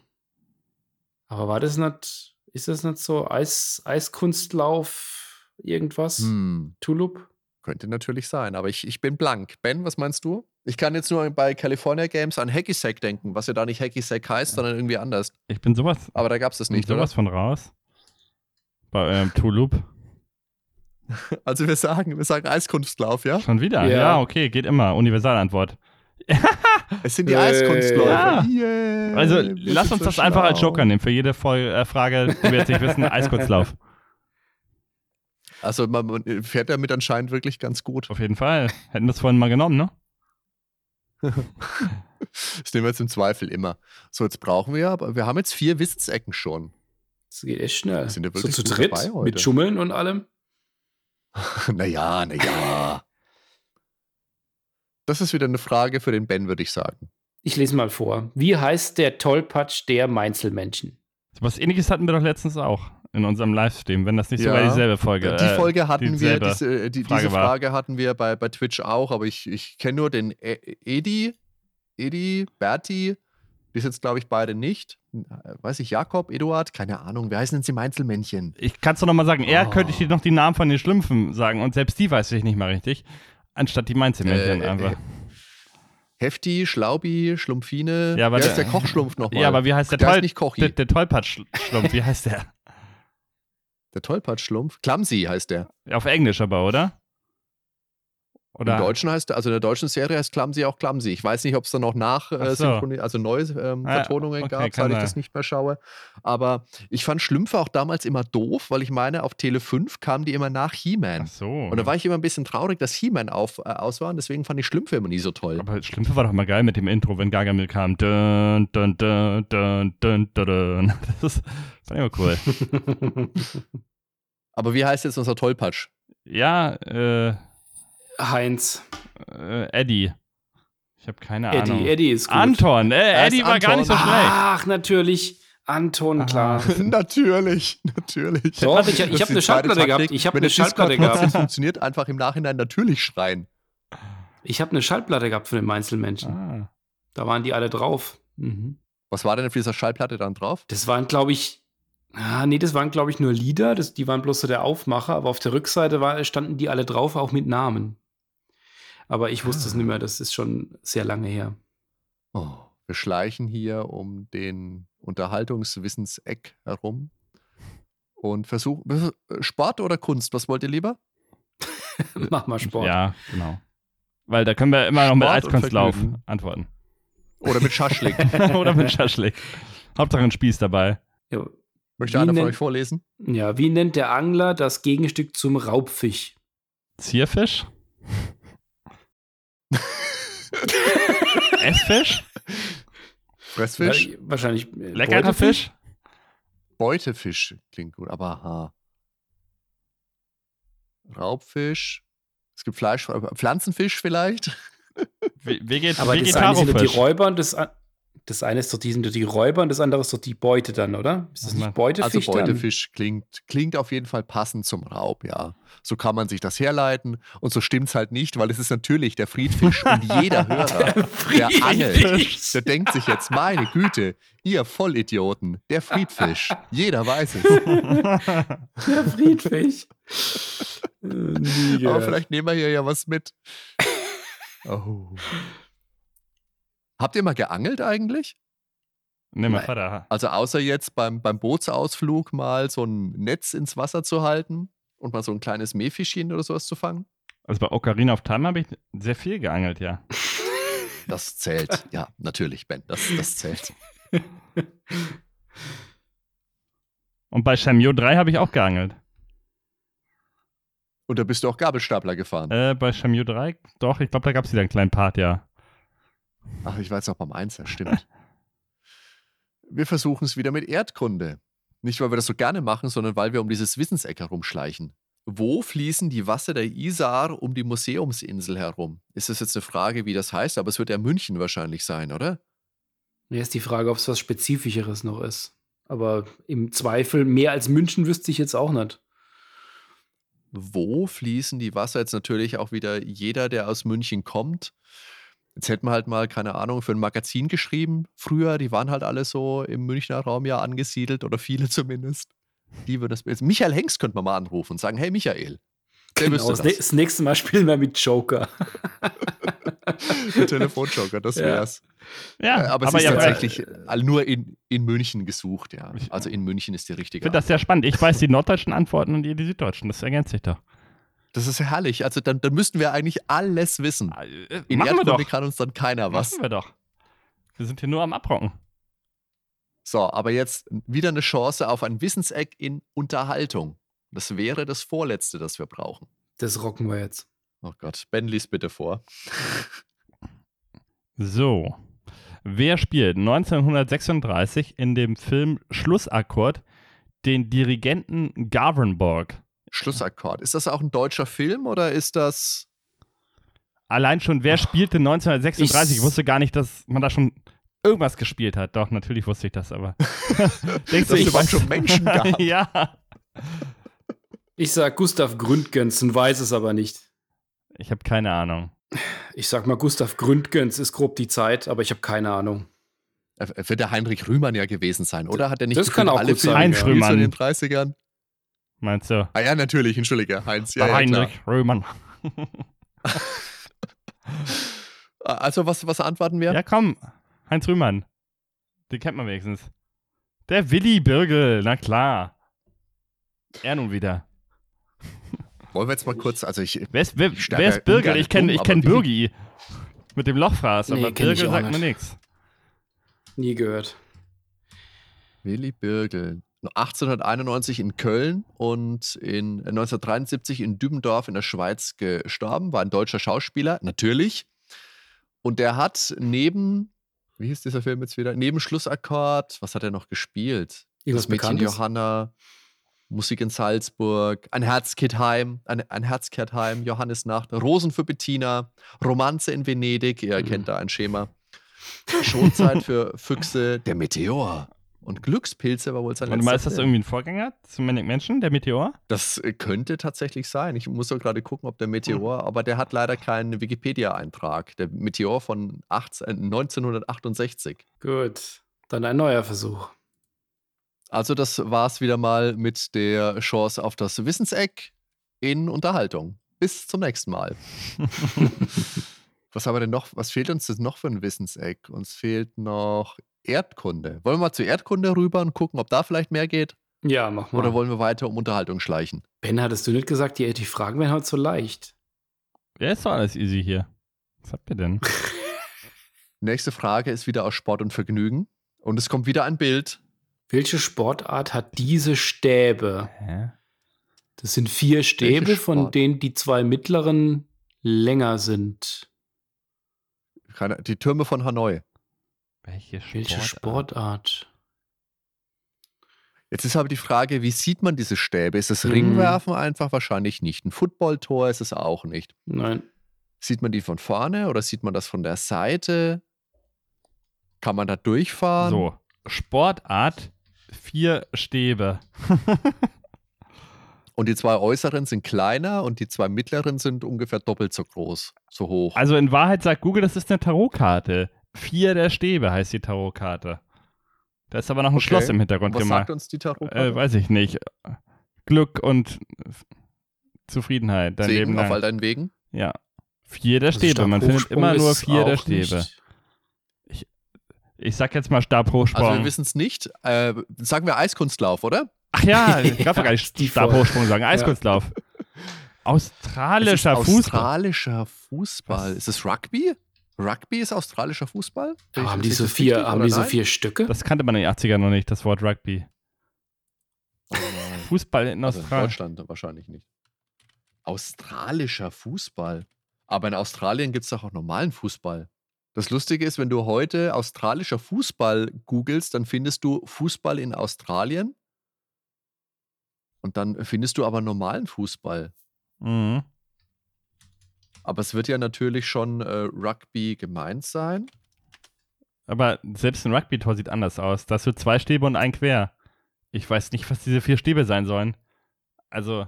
Aber war das nicht, ist das nicht so Eis, Eiskunstlauf irgendwas? Hm, Tulup? könnte natürlich sein, aber ich, ich bin blank. Ben, was meinst du? Ich kann jetzt nur bei California Games an Hacky Sack denken, was ja Mhm. da nicht Hacky Sack heißt, sondern irgendwie anders. Ich bin sowas, Aber da gab es das bin nicht, oder? sowas von raus. Bei eurem Tulip. Also wir sagen, wir sagen Eiskunstlauf, ja? Schon wieder. Ja. Ja. okay, geht immer. Universalantwort. Es sind die Äh, Eiskunstläufe. ja. Yeah, Also Äh, wir lass sind uns so das einfach als schlau. Joker nehmen. Für jede Folge, äh, Frage, die wir jetzt nicht wissen, Eiskurzlauf. Also man, man fährt damit anscheinend wirklich ganz gut. Auf jeden Fall. Hätten das vorhin mal genommen, ne? Das nehmen wir jetzt im Zweifel immer. So, jetzt brauchen wir, aber wir haben jetzt vier Wissensecken schon. [laughs] Das geht echt schnell. Sind wir so wirklich zu gut dritt dabei heute? mit Schummeln und allem. naja, naja. Das ist wieder eine Frage für den Ben, würde ich sagen. Ich lese mal vor. Wie heißt der Tollpatsch der Mainzelmännchen? So was ähnliches hatten wir doch letztens auch in unserem Livestream, wenn das nicht sogar Ja. dieselbe Folge Die äh, Folge hatten wir, dieselbe diese, äh, die, Frage diese war. Frage hatten wir bei, bei Twitch auch, aber ich, ich kenne nur den E- Edi, Edi, Berti, die sind jetzt, glaube ich, beide nicht. Äh, Weiß ich, Jakob, Eduard, keine Ahnung, wer heißen denn sie im Einzelmännchen? Ich kann es doch nochmal sagen. Er Oh. könnte ich dir noch die Namen von den Schlümpfen sagen und selbst die weiß ich nicht mal richtig. Anstatt die Mainzelmännchen Äh, äh, einfach. Hefti, Schlaubi, Schlumpfine. Ja, aber wer ist der- der Kochschlumpf nochmal? ja, aber wie heißt der, der Toll ist nicht der, Kochi. der Tollpatsch-Schlumpf? wie heißt der? Der Tollpatschschlumpf. Clumsy heißt der. Auf Englisch aber, oder? Oder? Im Deutschen heißt, also in der deutschen Serie heißt Clumsy auch Clumsy. Ich weiß nicht, ob es dann noch nach Ach äh, so. Synchroni- also neue ähm, Ah, Vertonungen okay, gab, kann seit ich sein. das nicht mehr schaue. Aber ich fand Schlümpfe auch damals immer doof, weil ich meine, auf Tele 5 kamen die immer nach Ach He-Man. so. Und da war ich immer ein bisschen traurig, dass He-Man auf, äh, aus war und deswegen fand ich Schlümpfe immer nie so toll. Aber das Schlimmste war doch mal geil mit dem Intro, wenn Gargamel kam. Dun, dun, dun, dun, dun, dun, dun. [laughs] Das ist- fand ich immer [laughs] cool. Aber wie heißt jetzt unser Tollpatsch? ja, äh, [laughs] Heinz. äh, Eddie. Ich habe keine Ahnung. Eddie, Eddie ist Ah, gut. Anton, äh, Er ist Eddie war gar Anton. nicht so schlecht. Ach, natürlich. Anton, Ah. klar. [laughs] natürlich, natürlich. Doch, ich, ich habe eine Schallplatte gehabt. Ich habe eine Schallplatte Das gehabt. funktioniert einfach im Nachhinein natürlich schreien. Ich habe eine Schallplatte gehabt von dem Einzelmännchen. Ah. Mhm. Da waren die alle drauf. Was war denn auf dieser Schallplatte dann drauf? Das waren, glaube ich, ah, nee, das waren, glaube ich, nur Lieder. Das, die waren bloß so der Aufmacher. Aber auf der Rückseite war, standen die alle drauf, auch mit Namen. Aber ich wusste Ah. es nicht mehr. Das ist schon sehr lange her. Oh, wir schleichen hier um den Unterhaltungswissenseck herum und versuchen. Sport oder Kunst? Was wollt ihr lieber? Mach mal Sport. Äh, Ja, genau. Weil da können wir immer noch mit Sport und Eiskunstlauf Vergnügen. antworten. [laughs] Oder mit Schaschlik? Oder mit Schaschlik. Hauptsache ein Spieß dabei. Ja. Möchte Wie einer von nennt- euch vorlesen? ja, wie nennt der Angler das Gegenstück zum Raubfisch? [laughs] Zierfisch? Essfisch? Fressfisch? Ja, wahrscheinlich. äh, Leckerer Beutefisch? Fisch? Beutefisch klingt gut, aber ha. Raubfisch. Es gibt Fleisch, Pflanzenfisch vielleicht. Ve- Veget Aber das eine sind doch die Vegetarofisch. Räuber und das, an- das eine ist doch die, sind doch die Räuber und das andere ist doch die Beute dann, oder? Ist Warte das mal. nicht Beutefisch? Also [laughs] Beutefisch klingt, klingt auf jeden Fall passend zum Raub, ja. So kann man sich das herleiten und so stimmt es halt nicht, weil es ist natürlich der Friedfisch und jeder Hörer, der angelt, [laughs] der denkt sich jetzt, meine Güte, ihr Vollidioten, der Friedfisch, jeder weiß es. Der [laughs] Friedfisch. Oh, Äh, nie Aber gehört. vielleicht nehmen wir hier ja was mit. Oh. Habt ihr mal geangelt eigentlich? Nee, mein Nein. Vater. Also außer jetzt beim, beim Bootsausflug mal so ein Netz ins Wasser zu halten und mal so ein kleines Mähfischchen oder sowas zu fangen? Also bei Ocarina of Time habe ich sehr viel geangelt, ja. Das zählt. Ja, natürlich, Ben. Das, das zählt. Und bei Shamio 3 habe ich auch geangelt. Und da bist du auch Gabelstapler gefahren. Äh, bei Shamio 3, doch, ich glaube, da gab es wieder einen kleinen Part, ja. Ach, ich war jetzt noch beim Einser, stimmt. Wir versuchen es wieder mit Erdkunde. Nicht, weil wir das so gerne machen, sondern weil wir um dieses Wissenseck herumschleichen. Wo fließen die Wasser der Isar um die Museumsinsel herum? Ist das jetzt eine Frage, wie das heißt? Aber es wird ja München wahrscheinlich sein, oder? Mir ist die Frage, ob es was Spezifischeres noch ist. Aber im Zweifel, mehr als München wüsste ich jetzt auch nicht. wo fließen die Wasser? Jetzt natürlich auch wieder jeder, der aus München kommt. Jetzt hätten wir halt mal, keine Ahnung, für ein Magazin geschrieben. Früher, die waren halt alle so im Münchner Raum ja angesiedelt oder viele [laughs] zumindest. Die würden das. Jetzt Michael Hengst könnte man mal anrufen und sagen: Hey Michael, der Genau, das, wüsste nä- das. das nächste Mal [laughs] spielen wir mit Joker. [laughs] Der Telefonjoker, das Ja. wär's. Ja, Äh, Aber, es ist ja, tatsächlich all- nur in, in München gesucht, ja. Ich- Also in München ist die Ich richtige. finde das sehr spannend. Ich weiß die norddeutschen Antworten und ihr die süddeutschen. Das ergänzt sich doch. Das ist herrlich. Also dann, dann müssten wir eigentlich alles wissen. Äh, In Machen wir doch. Erdkunde kann uns dann keiner was. Machen wir doch. Wir sind hier nur am Abrocken. So, aber jetzt wieder eine Chance auf ein Wissenseck in Unterhaltung. Das wäre das vorletzte, das wir brauchen. Das rocken wir jetzt. Oh Gott, Ben liest bitte vor. So. Wer spielt 1936 in dem Film Schlussakkord den Dirigenten Garvenborg? Schlussakkord. Ist das auch ein deutscher Film oder ist das. Allein schon, wer spielte 1936? ich- Ich wusste gar nicht, dass man da schon irgendwas gespielt hat. Doch, natürlich wusste ich das, aber. Denkst Dass es überhaupt weiß- schon Menschen [laughs] [laughs] gab. ja. Ich sag Gustav Gründgens und weiß es aber nicht. Ich habe keine Ahnung. Ich sag mal, Gustav Gründgens ist grob die Zeit, aber ich habe keine Ahnung. Äh, Wird der Heinrich Rühmann ja gewesen sein, oder? Hat er nicht Das gefühlt kann auch alle gut sein, Heinz ja. Filme zu Rühmann. den 30ern? Meinst du? Ah ja, natürlich, entschuldige, Heinz. Ja, ja, klar. Heinrich Röhmann. Also, was, was antworten wir? Ja, komm. Heinz Rühmann. Den kennt man wenigstens. Der Willi Birgel, na klar. Er nun wieder. Wollen wir jetzt mal kurz, also ich. Wer ist, wer, Stärker wer ist Birgel? Ungarn Ich kenne um, ich aber kenn wie viel- Birgi mit dem Lochfraß, Nee, aber kenn ich Birgel auch sagt mir nicht. nichts. Nie gehört. Willy Birgel. 1891 in Köln und in 1973 in Dübendorf in der Schweiz gestorben, war ein deutscher Schauspieler, natürlich. Und der hat neben, wie hieß dieser Film jetzt wieder? Neben Schlussakkord, was hat er noch gespielt? Irgendwas das Mädchen Bekanntes? Johanna, Musik in Salzburg, Ein Herz geht heim, ein, ein Herz kehrt heim, Johannesnacht, Rosen für Bettina, Romanze in Venedig, ihr kennt da ein Schema. Schonzeit für Füchse, der Meteor. Und Glückspilze war wohl sein Und mal ist das Film. irgendwie ein Vorgänger zu Manic Mansion, der Meteor? Das äh, könnte tatsächlich sein. Ich muss doch gerade gucken, ob der Meteor, aber der hat leider keinen Wikipedia-Eintrag. Der Meteor von 18, äh, 1968. Gut. Dann ein neuer Versuch. Also, das war's wieder mal mit der Chance auf das Wissenseck in Unterhaltung. Bis zum nächsten Mal. was haben wir denn noch? Was fehlt uns denn noch für ein Wissenseck? Uns fehlt noch Erdkunde. Wollen wir mal zur Erdkunde rüber und gucken, ob da vielleicht mehr geht? Ja, mach mal. Oder wollen wir weiter um Unterhaltung schleichen? ben, hattest du nicht gesagt, die, die Fragen wären heute so leicht? Ja, ist doch alles easy hier. Was habt ihr denn? Nächste Frage ist wieder aus Sport und Vergnügen. Und es kommt wieder ein Bild. Welche Sportart hat diese Stäbe? Hä? Das sind vier Stäbe, von Sport? denen die zwei mittleren länger sind. Keine, die Türme von Hanoi. Welche Sportart? Welche Sportart? Jetzt ist aber die Frage, wie sieht man diese Stäbe? Ist das Hm. Ringwerfen einfach? Wahrscheinlich nicht. Ein Footballtor ist es auch nicht. Nein. Sieht man die von vorne oder sieht man das von der Seite? Kann man da durchfahren? So, Sportart, vier Stäbe. Und die zwei äußeren sind kleiner und die zwei mittleren sind ungefähr doppelt so groß, so hoch. Also in Wahrheit sagt Google, das ist eine Tarotkarte. Vier der Stäbe heißt die Tarotkarte. Da ist aber noch ein Okay. Schloss im Hintergrund Was gemacht. sagt uns die Äh, Tarotkarte? weiß ich nicht. Glück und Zufriedenheit dein Leben Segen auf lang. all deinen Wegen? Ja. Vier der Also Stäbe. Man findet Stabhochsprung immer nur ist vier der auch Stäbe. nicht. Ich sag jetzt mal Also wir Stabhochsprung. wissen es nicht. Äh, sagen wir Eiskunstlauf, oder? Ach [laughs] ja, ich darf ja gar nicht die Stabhochsprung sagen. Eiskunstlauf. Es ist Australischer Fußball. australischer Fußball. Was? Ist es Rugby? Rugby ist australischer Fußball? Aber Ah, haben Sehe die ich so das vier, richtig haben oder die so nein? vier Stücke? Das kannte man in den 80ern noch nicht, das Wort Rugby. Oh nein. Fußball in Also in Australien. Deutschland wahrscheinlich nicht. Australischer Fußball. Aber in Australien gibt es doch auch normalen Fußball. Das Lustige ist, wenn du heute australischer Fußball googelst, dann findest du Fußball in Australien. Und dann findest du aber normalen Fußball. Mhm. Aber es wird ja natürlich schon äh, Rugby gemeint sein. Aber selbst ein Rugby-Tor sieht anders aus. Das sind zwei Stäbe und ein Quer. Ich weiß nicht, was diese vier Stäbe sein sollen. Also,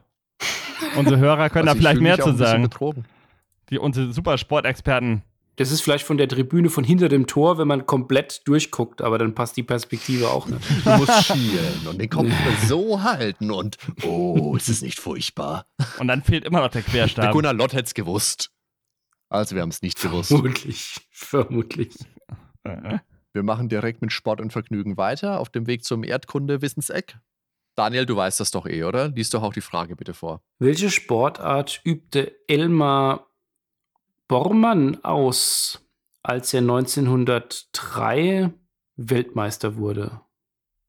unsere Hörer können Also da ich vielleicht fühl mich mehr auch zu ein bisschen sagen. Betrogen. Die, unsere super Sportexperten. Das ist vielleicht von der Tribüne von hinter dem Tor, wenn man komplett durchguckt, aber dann passt die Perspektive auch nicht. Du musst [laughs] schielen und den [laughs] Kopf so halten und oh, es ist nicht furchtbar. Und dann fehlt immer noch der Der Querstab. Gunnar Lott hätte es gewusst. Also wir haben es nicht [laughs] gewusst. Vermutlich, vermutlich. Äh, Wir machen direkt mit Sport und Vergnügen weiter auf dem Weg zum Erdkunde-Wissenseck. Daniel, du weißt das doch eh, oder? Lies doch auch die Frage bitte vor. Welche Sportart übte Elmar Bormann aus, als er 1903 Weltmeister wurde?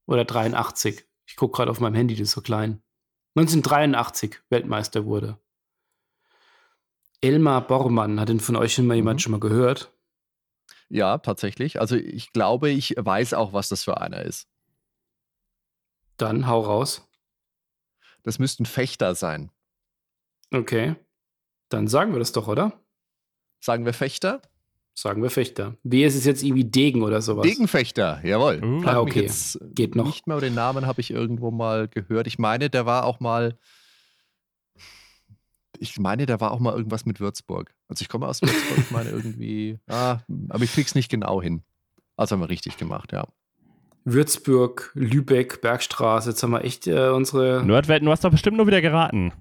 Oder 83? Ich gucke gerade auf meinem Handy, das ist so klein. 1983 Weltmeister wurde. Elmar Bormann, hat ihn von euch schon mal jemand Mhm. schon mal gehört? Ja, tatsächlich. Also ich glaube, ich weiß auch, was das für einer ist. Dann hau raus. Das müssten Fechter sein. Okay. Dann sagen wir das doch, oder? Sagen wir Fechter? Sagen wir Fechter. Wie ist es jetzt irgendwie Degen oder sowas? Degenfechter, jawohl. Uh. Frag Ah, mich okay. jetzt äh, Geht noch. Nicht mehr, aber den Namen habe ich irgendwo mal gehört. Ich meine, der war auch mal. Ich meine, da war auch mal irgendwas mit Würzburg. Also ich komme aus Würzburg, ich meine irgendwie. [laughs] Ah, aber ich krieg's nicht genau hin. Also haben wir richtig gemacht, ja. Würzburg, Lübeck, Bergstraße. Jetzt haben wir echt äh, unsere. Ne? Nerdwelt, du hast doch bestimmt nur wieder geraten.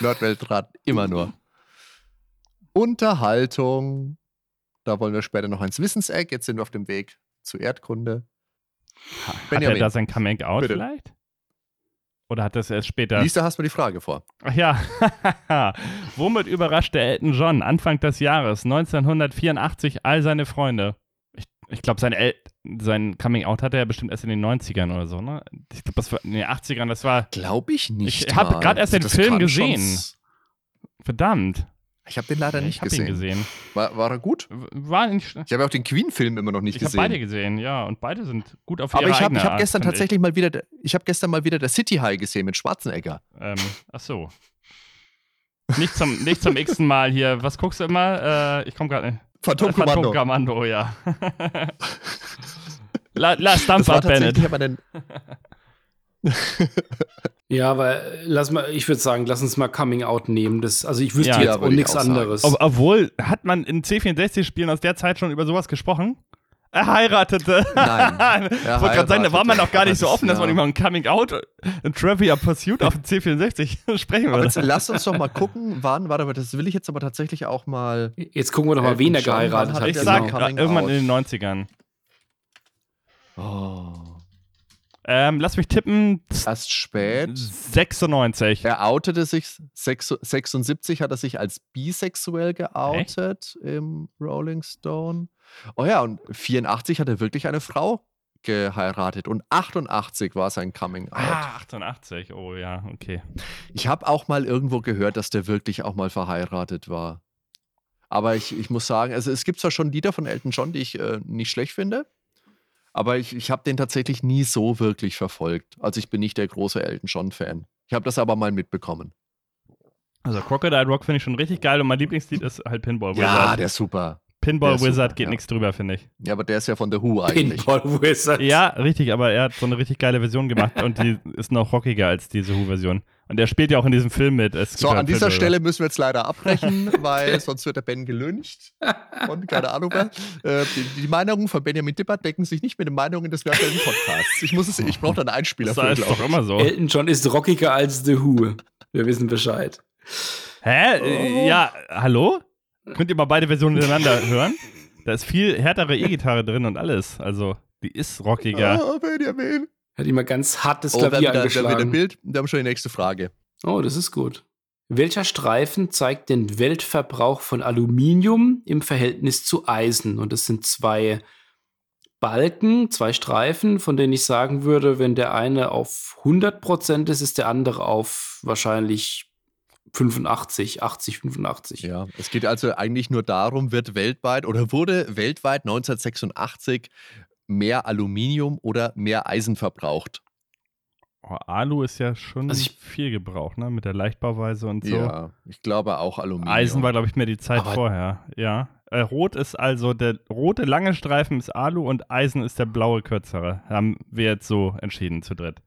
Nordweltrat, immer nur. Unterhaltung. Da wollen wir später noch ins Wissenseck. Jetzt sind wir auf dem Weg zur Erdkunde. Ha- Hat er Benjamin, da sein Coming Out bitte. vielleicht? Oder hat das erst später? Lisa, hast du mir die Frage vor? Ach ja. [laughs] Womit überraschte Elton John Anfang des Jahres 1984 all seine Freunde? Ich, ich glaube, sein, El sein Coming-out hatte er bestimmt erst in den 90ern oder so, ne? Ich glaube, das war in den 80ern, das war. Glaube ich nicht. Ich habe mal. gerade erst den Das Film kann gesehen. schon- Verdammt. Ich habe den leider ich nicht hab gesehen. ihn gesehen. War, war er gut? War nicht, Ich habe auch den Queen-Film immer noch nicht ich habe gesehen. beide gesehen, ja. Und beide sind gut auf aber ihre ich habe eigene hab Art, gestern fand ich. tatsächlich mal wieder, ich habe gestern mal wieder der City High gesehen mit Schwarzenegger. Ähm, ach so. Nicht zum, nicht zum x-ten Mal hier. Was guckst du immer? Äh, ich komme gerade nicht. Äh, Phantomkommando. Phantomkommando, ja. [laughs] La, lass Dampf Das war ab, Bennett. tatsächlich aber [laughs] dann, Ja, aber äh, lass mal, ich würde sagen, lass uns mal Coming Out nehmen. Das, also ich wüsste Ja. jetzt Ja, auch würd ich nichts auch sagen. anderes. Ob, obwohl, hat man in C64-Spielen aus der Zeit schon über sowas gesprochen? [laughs] Er heiratete. Nein. Ich Er wollte gerade sagen, da war heiratete. man noch gar nicht so Das ist, offen, dass man ja. über ein Coming Out, ein Trivia Pursuit auf dem C64 [laughs] sprechen aber würde. jetzt lass uns doch mal gucken, wann war aber das will ich jetzt aber tatsächlich auch mal. Jetzt gucken wir doch mal, Elton wen er John, wann geheiratet hat hat. er Ich genau. sag äh, Coming irgendwann Out. in den 90ern. Oh, Ähm, lass mich tippen, erst spät. 96. Er outete sich, sechs- 76 hat er sich als bisexuell geoutet im Rolling Stone. Oh ja, und 84 hat er wirklich eine Frau geheiratet und 88 war sein Coming Out. Ah, 88, oh ja, okay. Ich habe auch mal irgendwo gehört, dass der wirklich auch mal verheiratet war. Aber ich, ich muss sagen, also es gibt zwar schon Lieder von Elton John, die ich äh, nicht schlecht finde, aber ich, ich habe den tatsächlich nie so wirklich verfolgt. Also ich bin nicht der große Elton John-Fan. Ich habe das aber mal mitbekommen. Also Crocodile Rock finde ich schon richtig geil und mein Lieblingslied ist halt Pinball Ja, Wizard. der ist super. der Pinball ist Wizard super, geht ja. nichts drüber, [laughs] finde ich. Ja, aber der ist ja von The Who eigentlich. Pinball Wizard. Ja, richtig, aber er hat so eine richtig geile Version gemacht [laughs] und die ist noch rockiger als diese Who-Version. Und er spielt ja auch in diesem Film mit. Es gibt So, ja an einen dieser Film Stelle müssen wir jetzt leider [laughs] abbrechen, weil sonst wird der Ben gelüncht. Und keine Ahnung mehr. Äh, die, die Meinungen von Benjamin Dippert decken sich nicht mit den Meinungen des aktuellen Podcasts. Ich muss es, ich brauche dann einen Einspieler darüber. für, Das ist glaube doch immer so. Äh, Elton John ist rockiger als The Who. Wir wissen Bescheid. Hä? oh. Äh, Ja, hallo? Könnt ihr mal beide Versionen miteinander [laughs] hören? Da ist viel härtere E-Gitarre drin und alles. Also, die ist ich. rockiger. Oh, Benjamin. Hat immer ganz hartes Oh, wir haben Klavier wieder, wir haben wieder ein angeschlagen. Bild. Wir haben schon die nächste Frage. Oh, das ist gut. Welcher Streifen zeigt den Weltverbrauch von Aluminium im Verhältnis zu Eisen? Und das sind zwei Balken, zwei Streifen, von denen ich sagen würde, wenn der eine auf 100% ist, ist der andere auf wahrscheinlich 85, 80, 85. Ja, es geht also eigentlich nur darum, wird weltweit oder wurde weltweit 1986 mehr Aluminium oder mehr Eisen verbraucht? Oh, Alu ist ja schon Also ich- viel gebraucht, ne? Mit der Leichtbauweise und so. Ja, ich glaube auch Aluminium. Eisen war, glaube ich, mehr die Zeit Aber- vorher. Ja. Äh, rot ist also der rote lange Streifen ist Alu und Eisen ist der blaue kürzere. Haben wir jetzt so entschieden zu dritt.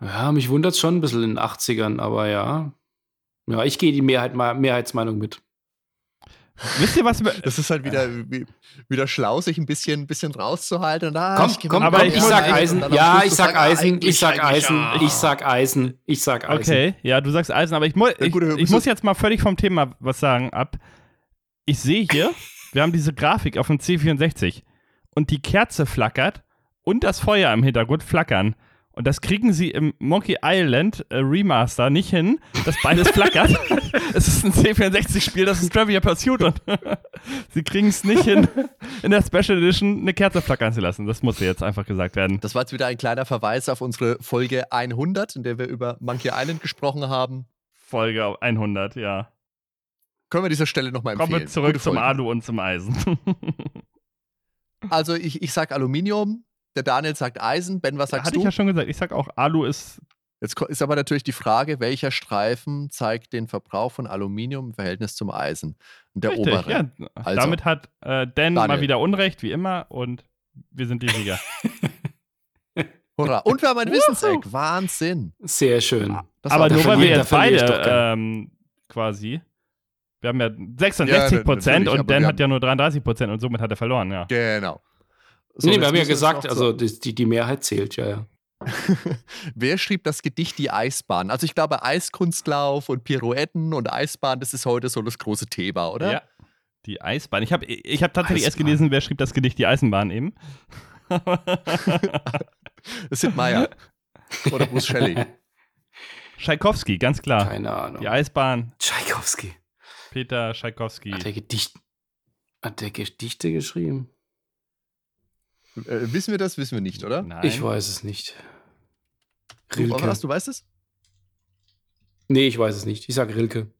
Ja, mich wundert es schon ein bisschen in den 80ern, aber ja. Ja, ich gehe die Mehrheit, Mehrheitsmeinung mit. Wisst ihr was? über- Das ist halt wieder, Äh. wie- wieder schlau, sich ein bisschen, bisschen rauszuhalten. Und, ah, Komm, ich geh komm, mal aber komm, rein. ich ich- sag Und Eisen. dann am Ja, Schluss ich zu sag sagen, Eisen, eigentlich, ich sag eigentlich, Eisen, ja. ich sag Eisen, ich sag Eisen. Okay, ja, du sagst Eisen, aber ich, mu ich, gut, wir ich müssen- muss jetzt mal völlig vom Thema was sagen ab. Ich sehe hier, wir haben diese Grafik auf dem C64 und die Kerze flackert und das Feuer im Hintergrund flackern. Und das kriegen sie im Monkey Island äh, Remaster nicht hin, dass beides [laughs] flackert. es ist ein C64-Spiel, das ist Trivia Pursuit und [laughs] sie kriegen es nicht hin, in der Special Edition eine Kerze flackern zu lassen. Das muss jetzt einfach gesagt werden. Das war jetzt wieder ein kleiner Verweis auf unsere Folge 100, in der wir über Monkey Island gesprochen haben. Folge 100, ja. Können wir an dieser Stelle nochmal empfehlen. Kommen wir zurück Gute zum Folge. Alu und zum Eisen. Also ich, ich sag Aluminium, der Daniel sagt Eisen, Ben, was sagst Hatte du? ich ja schon gesagt. Ich sag auch, Alu ist. Jetzt ko- ist aber natürlich die Frage, welcher Streifen zeigt den Verbrauch von Aluminium im Verhältnis zum Eisen? Und der richtig, obere. ja. Also. Damit hat äh, Dan mal Daniel. wieder Unrecht, wie immer, und wir sind die Sieger. Hurra. Und wir haben ein Wuhu. Wissenseck. Wahnsinn. sehr schön. Das war Aber der nur weil Verlierer. wir verliere- jetzt da verliere beide ich doch ähm, quasi. Wir haben ja 66 Ja, Prozent natürlich, aber und Dan wir hat ja nur 33 Prozent und somit hat er verloren, ja. Genau. So, nee, jetzt wir haben ja müssen es gesagt, noch also die, die, die Mehrheit zählt, ja, ja. Wer schrieb das Gedicht Die Eisbahn? Also ich glaube, Eiskunstlauf und Pirouetten und Eisbahn, das ist heute so das große Thema, oder? Ja. Die Eisbahn. Ich habe ich hab tatsächlich erst Eisbahn. gelesen, wer schrieb das Gedicht, die [laughs] Eisenbahn eben. [laughs] Das sind Meyer. Oder Bruce Shelley. Äh, Tschaikowski, ganz klar. Keine Ahnung. Die Eisbahn, Tschaikowski. Peter Tschaikowski. Hat der, Gedicht, hat der Gedichte geschrieben? Äh, wissen wir das? Wissen wir nicht, oder? Nein. Ich weiß es nicht. Du, was, du weißt es? Nee, ich weiß es nicht. Ich sage Rilke.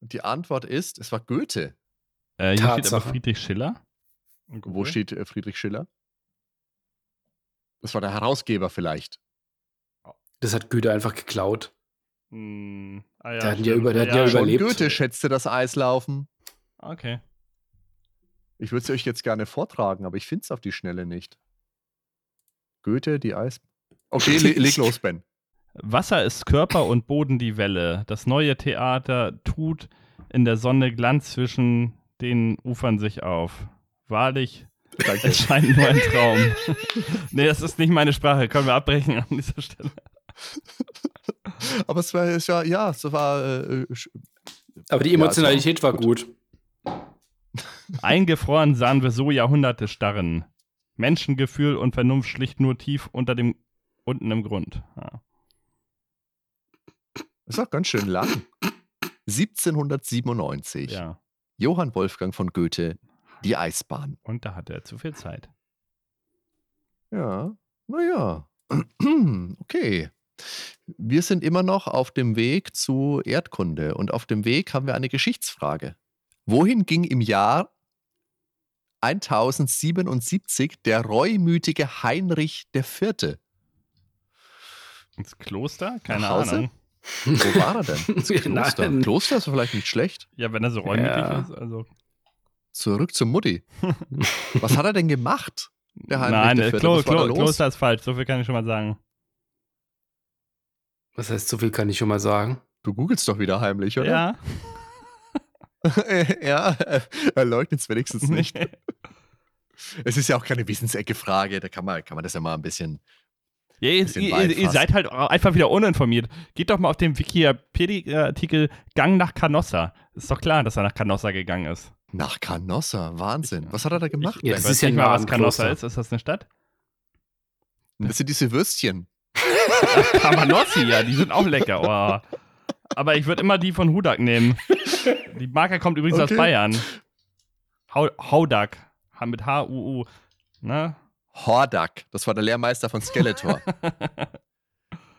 Die Antwort ist, es war Goethe. Äh, hier steht aber Tatsache. Friedrich Schiller. Wo steht äh, Friedrich Schiller? Das war der Herausgeber vielleicht. Das hat Goethe einfach geklaut. Hm, ah, ja, Der hat ja stimmt. über- der hat ja über- Schon Überlebt. Goethe schätzte das Eislaufen. Okay. Ich würde es euch jetzt gerne vortragen, aber ich finde es auf die Schnelle nicht. Goethe, die Eis. Okay, le leg los, Ben. Wasser ist Körper und Boden die Welle. Das neue Theater tut in der Sonne Glanz zwischen den Ufern sich auf. Wahrlich, [laughs] Danke. es scheint nur ein Traum. nee, das ist nicht meine Sprache. Können wir abbrechen an dieser Stelle. Aber es war, es war ja, es war. Äh, sch- Aber die Ja, Emotionalität war gut. [laughs] Eingefroren sahen wir so Jahrhunderte starren. Menschengefühl und Vernunft schlicht nur tief unter dem unten im Grund. Ah, Ja. es war ganz schön lang. 1797. ja. Johann Wolfgang von Goethe, die Eisbahn. Und da hatte er zu viel Zeit. Ja, [clears throat] naja. Okay. Wir sind immer noch auf dem Weg zu Erdkunde und auf dem Weg haben wir eine Geschichtsfrage. Wohin ging im Jahr 1077 der reumütige Heinrich IV.? Ins Kloster? Keine Nach Hause? Ahnung. Wo war er [laughs] denn? Ins Kloster. Nein. Kloster ist vielleicht nicht schlecht. Ja, wenn er so räumlich Ja. ist. Also. Zurück zu [laughs] Mutti. Was hat er denn gemacht? Der Heinrich Nein, der äh, Vierte, Klo, was war da Klo, los? Kloster ist falsch, so viel kann ich schon mal sagen. Was heißt, so viel kann ich schon mal sagen. Du googelst doch wieder heimlich, oder? Ja, [laughs] ja äh, er leugnet es Mhm. wenigstens nicht. Es ist ja auch keine Wissensecke-Frage, da kann man, kann man das ja mal ein bisschen. ja, ihr, Bisschen ihr, weit ihr fast. seid halt auch einfach wieder uninformiert. Geht doch mal auf den Wikipedia-Artikel Gang nach Canossa. Ist doch klar, dass er nach Canossa gegangen ist. Nach Canossa, Wahnsinn. Genau. Was hat er da gemacht? Ja, Ben? das Weiß ist ja nicht ein mal, was Canossa Warenkloster. ist. Ist das eine Stadt? das sind diese Würstchen. Cavanossi, ja, die sind auch lecker. Oh. Aber ich würde immer die von Hudak nehmen. Die Marke kommt übrigens Okay. aus Bayern. Hau- Haudak. Ha- Mit H-U-U. Ne? Hordak, das war der Lehrmeister von [laughs] Skeletor.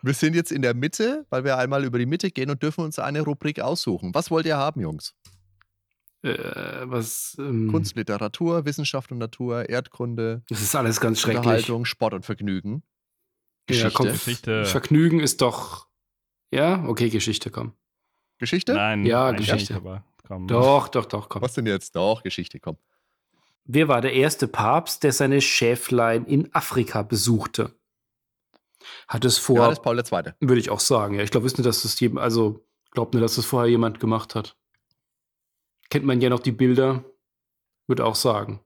wir sind jetzt in der Mitte, weil wir einmal über die Mitte gehen und dürfen uns eine Rubrik aussuchen. Was wollt ihr haben, Jungs? Äh, was, Mhm. ähm, Kunst, Literatur, Wissenschaft und Natur, Erdkunde, Das ist alles ganz schrecklich. Unterhaltung, Sport und Vergnügen. Ja, Geschichte. komm, Geschichte. Vergnügen ist doch. Ja, okay, Geschichte, komm. Hm. Geschichte? Nein, Ja, eigentlich Geschichte. nicht, aber komm. Doch, doch, doch, komm. Was denn jetzt? Doch, Geschichte, komm. Wer war der erste Papst, der seine Schäflein in Afrika besuchte? Hat es vor, Johannes Paul II. würde ich auch sagen. Ja, ich glaube, nicht, dass das jedem, also glaubt nur, dass das vorher jemand gemacht hat. Kennt man ja noch die Bilder, würde auch sagen.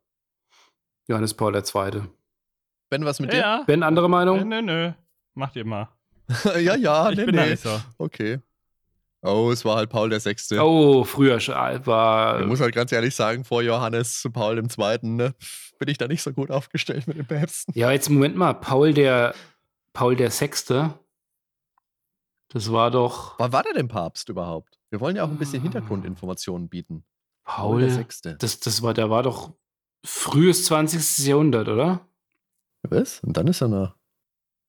Johannes Paul II. Ben, was mit Ja. Ben, andere Nö, Meinung? Äh, Ah, nö, nö. Macht ihr mal. dir? [laughs] ja, ja, ich nee, bin da nee. nicht so. Okay. Oh, es war halt Paul der Sechste. Oh, äh. früher sch- war. Ich muss halt ganz ehrlich sagen, vor Johannes Paul dem Zweiten ne, bin ich da nicht so gut aufgestellt mit den Päpsten. Ja, jetzt Moment mal, Paul der Paul der Sechste. Das war doch Wann war der denn Papst überhaupt? Wir wollen ja auch ein bisschen Ah. Hintergrundinformationen bieten. Paul. der Sechste. das, das war, der war doch frühes 20. Jahrhundert, oder? Was? Und dann ist er nach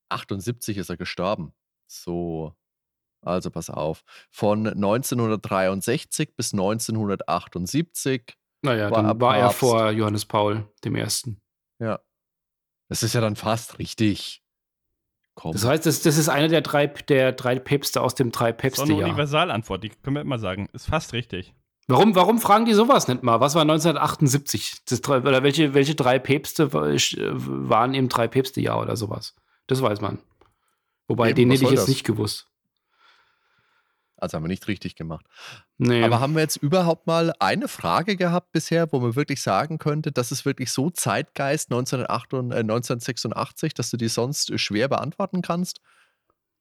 78 ist er gestorben. So. Also pass auf. Von 1963 bis 1978. Naja, War dann war er Papst. vor Johannes Paul dem Ersten. Das ist ja dann fast richtig. Komm. Das heißt, das, das ist einer der drei, der drei Päpste aus dem drei Das ist auch eine päpste jahr Universalantwort, die können wir immer sagen. Ist fast richtig. Warum, warum fragen die sowas nicht mal? Was war 1978? Das, drei- oder welche, welche drei Päpste wa- sch- äh, waren im drei päpste jahr oder sowas? Das weiß man. Wobei, Eben, den was hätte ich soll jetzt das? nicht gewusst. Also haben wir nicht richtig gemacht. Nee. Aber haben wir jetzt überhaupt mal eine Frage gehabt bisher, wo man wirklich sagen könnte, das ist wirklich so Zeitgeist 1908 und, äh, 1986, dass du die sonst äh, schwer beantworten kannst?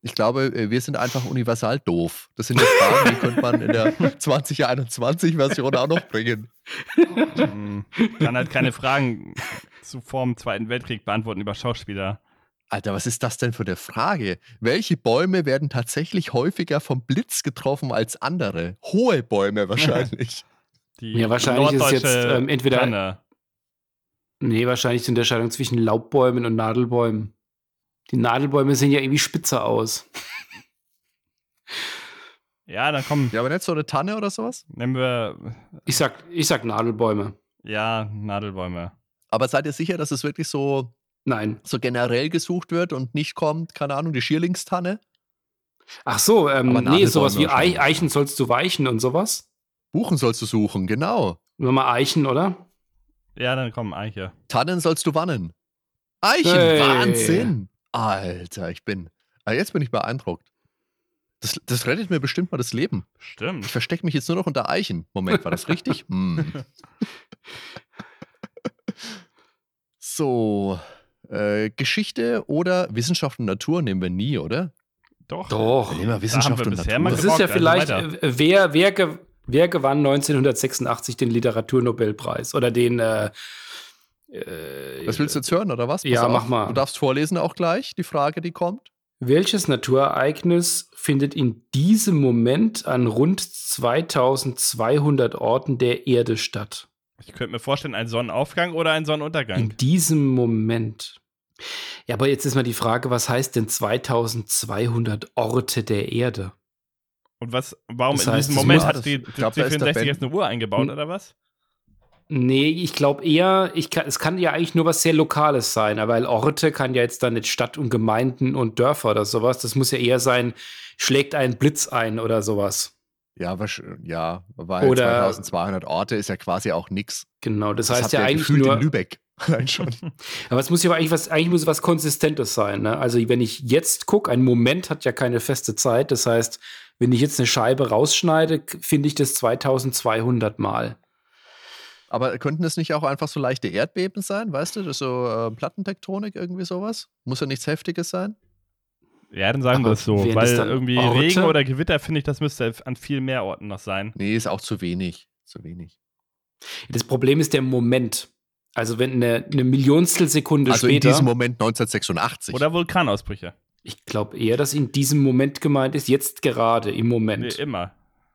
Ich glaube, äh, wir sind einfach universal doof. Das sind ja Fragen, die könnte man in der [laughs] 2021-Version auch noch bringen. Mm. Hm, Kann halt keine Fragen zu vor dem Zweiten Weltkrieg beantworten über Schauspieler. Alter, was ist das denn für eine Frage? Welche Bäume werden tatsächlich häufiger vom Blitz getroffen als andere? Hohe Bäume wahrscheinlich. Die Ja, wahrscheinlich ist es jetzt norddeutsche ähm, entweder. Tanne. Nee, wahrscheinlich die Unterscheidung zwischen Laubbäumen und Nadelbäumen. Die Nadelbäume sehen ja irgendwie spitzer aus. Ja, dann komm, [laughs] Ja, aber nicht so eine Tanne oder sowas? nehmen wir, Ich sag, ich sag Nadelbäume. ja, Nadelbäume. Aber seid ihr sicher, dass es wirklich so, Nein. so generell gesucht wird und nicht kommt, keine Ahnung, die Schierlingstanne? Ach so, ähm, Aber nee, sowas wie Nadelbäume wahrscheinlich. Ei- Eichen sollst du weichen und sowas. Buchen sollst du suchen, genau. Nur mal Eichen, oder? Ja, dann komm, Eiche. Tannen sollst du wannen. Eichen, Hey. Wahnsinn. Alter, ich bin. Ah, jetzt bin ich beeindruckt. Das, das rettet mir bestimmt mal das Leben. Ich Stimmt. verstecke mich jetzt nur noch unter Eichen. Moment, war das [laughs] richtig? Hm. So, äh, Geschichte oder Wissenschaft und Natur nehmen wir nie, oder? Doch. Doch. Wir nehmen wir haben Wissenschaft wir und bisher Natur. mal Das ist ja Also vielleicht, weiter. äh, wer, wer, ge wer gewann 1986 den Literaturnobelpreis oder den. Äh, äh, das willst du jetzt hören, oder was? Ja, auf, mach mal. Du darfst vorlesen auch gleich, die Frage, die kommt. Welches Naturereignis findet in diesem Moment an rund 2200 Orten der Erde statt? Ich könnte mir vorstellen, ein Sonnenaufgang oder ein Sonnenuntergang. In diesem Moment. Ja, aber jetzt ist mal die Frage, was heißt denn 2200 Orte der Erde? Und was, warum Das in heißt, diesem das Moment muss- hat die, ich die glaub, da ist der 64 Ben. jetzt eine Uhr eingebaut, Hm. oder was? Nee, ich glaube eher, ich kann, es kann ja eigentlich nur was sehr Lokales sein, aber weil Orte kann ja jetzt dann nicht Stadt und Gemeinden und Dörfer oder sowas. Das muss ja eher sein, schlägt ein Blitz ein oder sowas. Ja, wasch- ja weil Oder- 2200 Orte ist ja quasi auch nix. Genau, das, hat heißt ja, der eigentlich gefühlt nur. in Lübeck. [laughs] Allein [laughs] schon. Aber es muss ja eigentlich was, eigentlich muss was Konsistentes sein. Ne? Also wenn ich jetzt gucke, ein Moment hat ja keine feste Zeit. Das heißt, wenn ich jetzt eine Scheibe rausschneide, k- finde ich das 2200 Mal. Aber könnten es nicht auch einfach so leichte Erdbeben sein, weißt du? Das so äh, Plattentektonik, irgendwie sowas? Muss ja nichts Heftiges sein. Ja, dann sagen wir Aber es so. wären Weil das dann irgendwie Orte? Regen oder Gewitter, finde ich, das müsste an viel mehr Orten noch sein. Nee, ist auch zu wenig. Zu wenig. Das Problem ist der Moment. Also wenn eine, eine Millionstel Sekunde also in später. diesem Moment 1986. Oder Vulkanausbrüche. ich glaube eher, dass in diesem Moment gemeint ist, jetzt gerade im Nee, Moment. immer.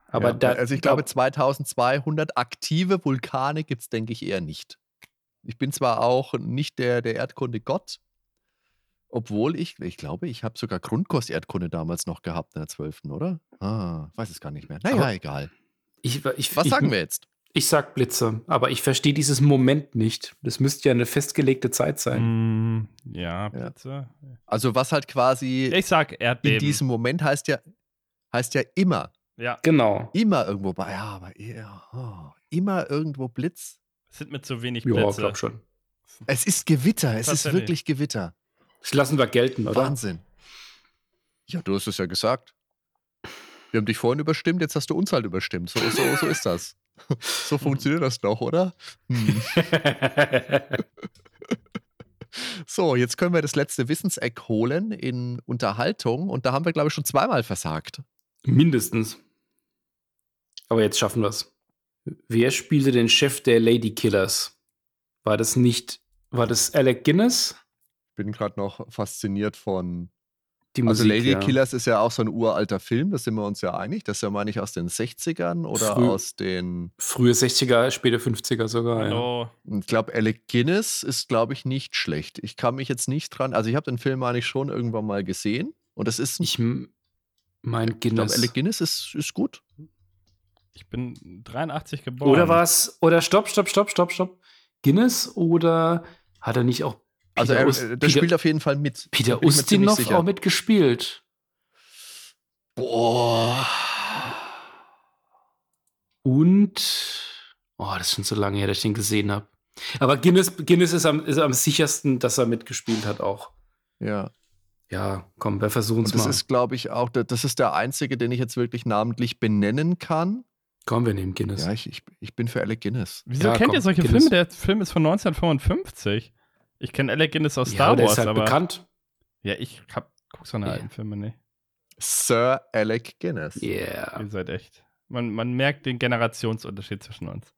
Aber Ja, da, also ich glaube, 2200 aktive Vulkane gibt es, denke ich, eher nicht. Ich bin zwar auch nicht der, der Erdkunde-Gott, obwohl ich, ich glaube, ich habe sogar Grundkurs-Erdkunde damals noch gehabt in der 12., oder? Ah, weiß es gar nicht mehr. Naja, Aber- egal. ich, ich, Was ich, sagen wir jetzt? Ich sag Blitze, aber ich verstehe dieses Moment nicht. Das müsste ja eine festgelegte Zeit sein. Mm, ja, Blitze. Also was halt quasi Ich sag in Erdbeben. diesem Moment heißt ja, heißt ja immer, ja, Genau. immer irgendwo, bei- ja, aber eher, oh, immer irgendwo Blitz. es sind mir zu wenig Ja, Blitze. glaub schon. Es ist Gewitter, es ist Tatsächlich. wirklich Gewitter. Das lassen wir gelten, oder? Wahnsinn. Ja, du hast es ja gesagt. Wir haben dich vorhin überstimmt, jetzt hast du uns halt überstimmt. So, so, so ist das. [laughs] So funktioniert das doch, oder? Hm. [laughs] So, jetzt können wir das letzte Wissenseck holen in Unterhaltung. Und da haben wir, glaube ich, schon zweimal versagt. [laughs] Mindestens. Aber jetzt schaffen wir es. Wer spielte den Chef der Ladykillers? War das nicht, war das Alec Guinness? Bin gerade noch fasziniert von. Die Also, Musik, Lady ja. Killers ist ja auch so ein uralter Film, da sind wir uns ja einig. Das ist ja, meine ich, aus den 60ern oder Früh. aus den. Frühe 60er, späte 50er sogar. Ja. Hallo. Ich glaube, Alec Guinness ist, glaube ich, nicht schlecht. Ich kann mich jetzt nicht dran. Also, ich habe den Film eigentlich schon irgendwann mal gesehen. Und das ist ein Ich m- mein Ich glaube, Guinness. Alec Guinness ist, ist gut. Ich bin 83 geboren. oder war es, oder stopp, stopp, stopp, stopp, stopp. Guinness oder hat er nicht auch Also, Peter er, Ust- äh, das Peter- spielt auf jeden Fall mit. Peter bin ich mir ziemlich Ustinov sicher. auch mitgespielt? Boah. Und oh, das ist schon so lange her, dass ich den gesehen habe. Aber Guinness, Guinness ist, am, ist am sichersten, dass er mitgespielt hat auch. Ja. Ja, komm, wir versuchen Und es das mal. ist, glaube ich, auch, da- das ist der einzige, den ich jetzt wirklich namentlich benennen kann. komm, wir nehmen Guinness. Ja, ich, ich, ich bin für Alec Guinness. Wieso Ja, kennt komm, ihr solche Guinness. Filme? Der Film ist von 1955. Ich kenne Alec Guinness aus Ja, Star aber der Wars, ist halt aber. bekannt. Ja, ich hab, guck so eine Ja. alten Filme nicht. Sir Alec Guinness. Yeah. Ihr seid echt. Man, man merkt den Generationsunterschied zwischen uns.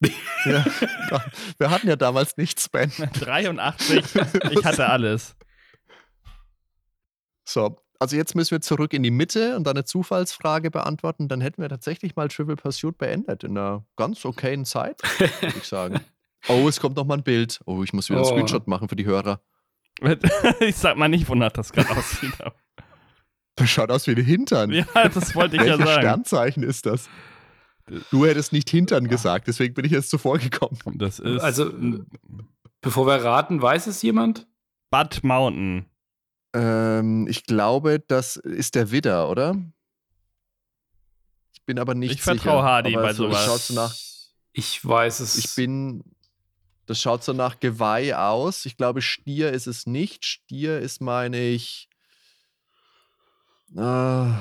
[laughs] Ja. [laughs] Wir hatten ja damals nichts, Ben. 83, ich hatte alles. So, also jetzt müssen wir zurück in die Mitte und dann eine Zufallsfrage beantworten. Dann hätten wir tatsächlich mal Trivial Pursuit beendet in einer ganz okayen Zeit, würde ich sagen. Oh, es kommt noch mal ein Bild. Oh, ich muss wieder einen Oh. Screenshot machen für die Hörer. [laughs] ich sag mal nicht, wonach das gerade aussieht. [laughs] aber- Das schaut aus wie ein Hintern. ja, das wollte ich ja Welches sagen. Sternzeichen ist das? Du hättest nicht Hintern gesagt, deswegen bin ich jetzt zuvor gekommen. Das ist Also- ein Bevor wir raten, weiß es jemand? Bud Mountain. Ähm, ich glaube, das ist der Widder, oder? Ich bin aber nicht Ich sicher. vertraue Hardy aber bei so, sowas. Das schaut so nach, Ich weiß es. ich bin, das schaut so nach Geweih aus. Ich glaube, Stier ist es nicht. Stier ist, meine ich, ah,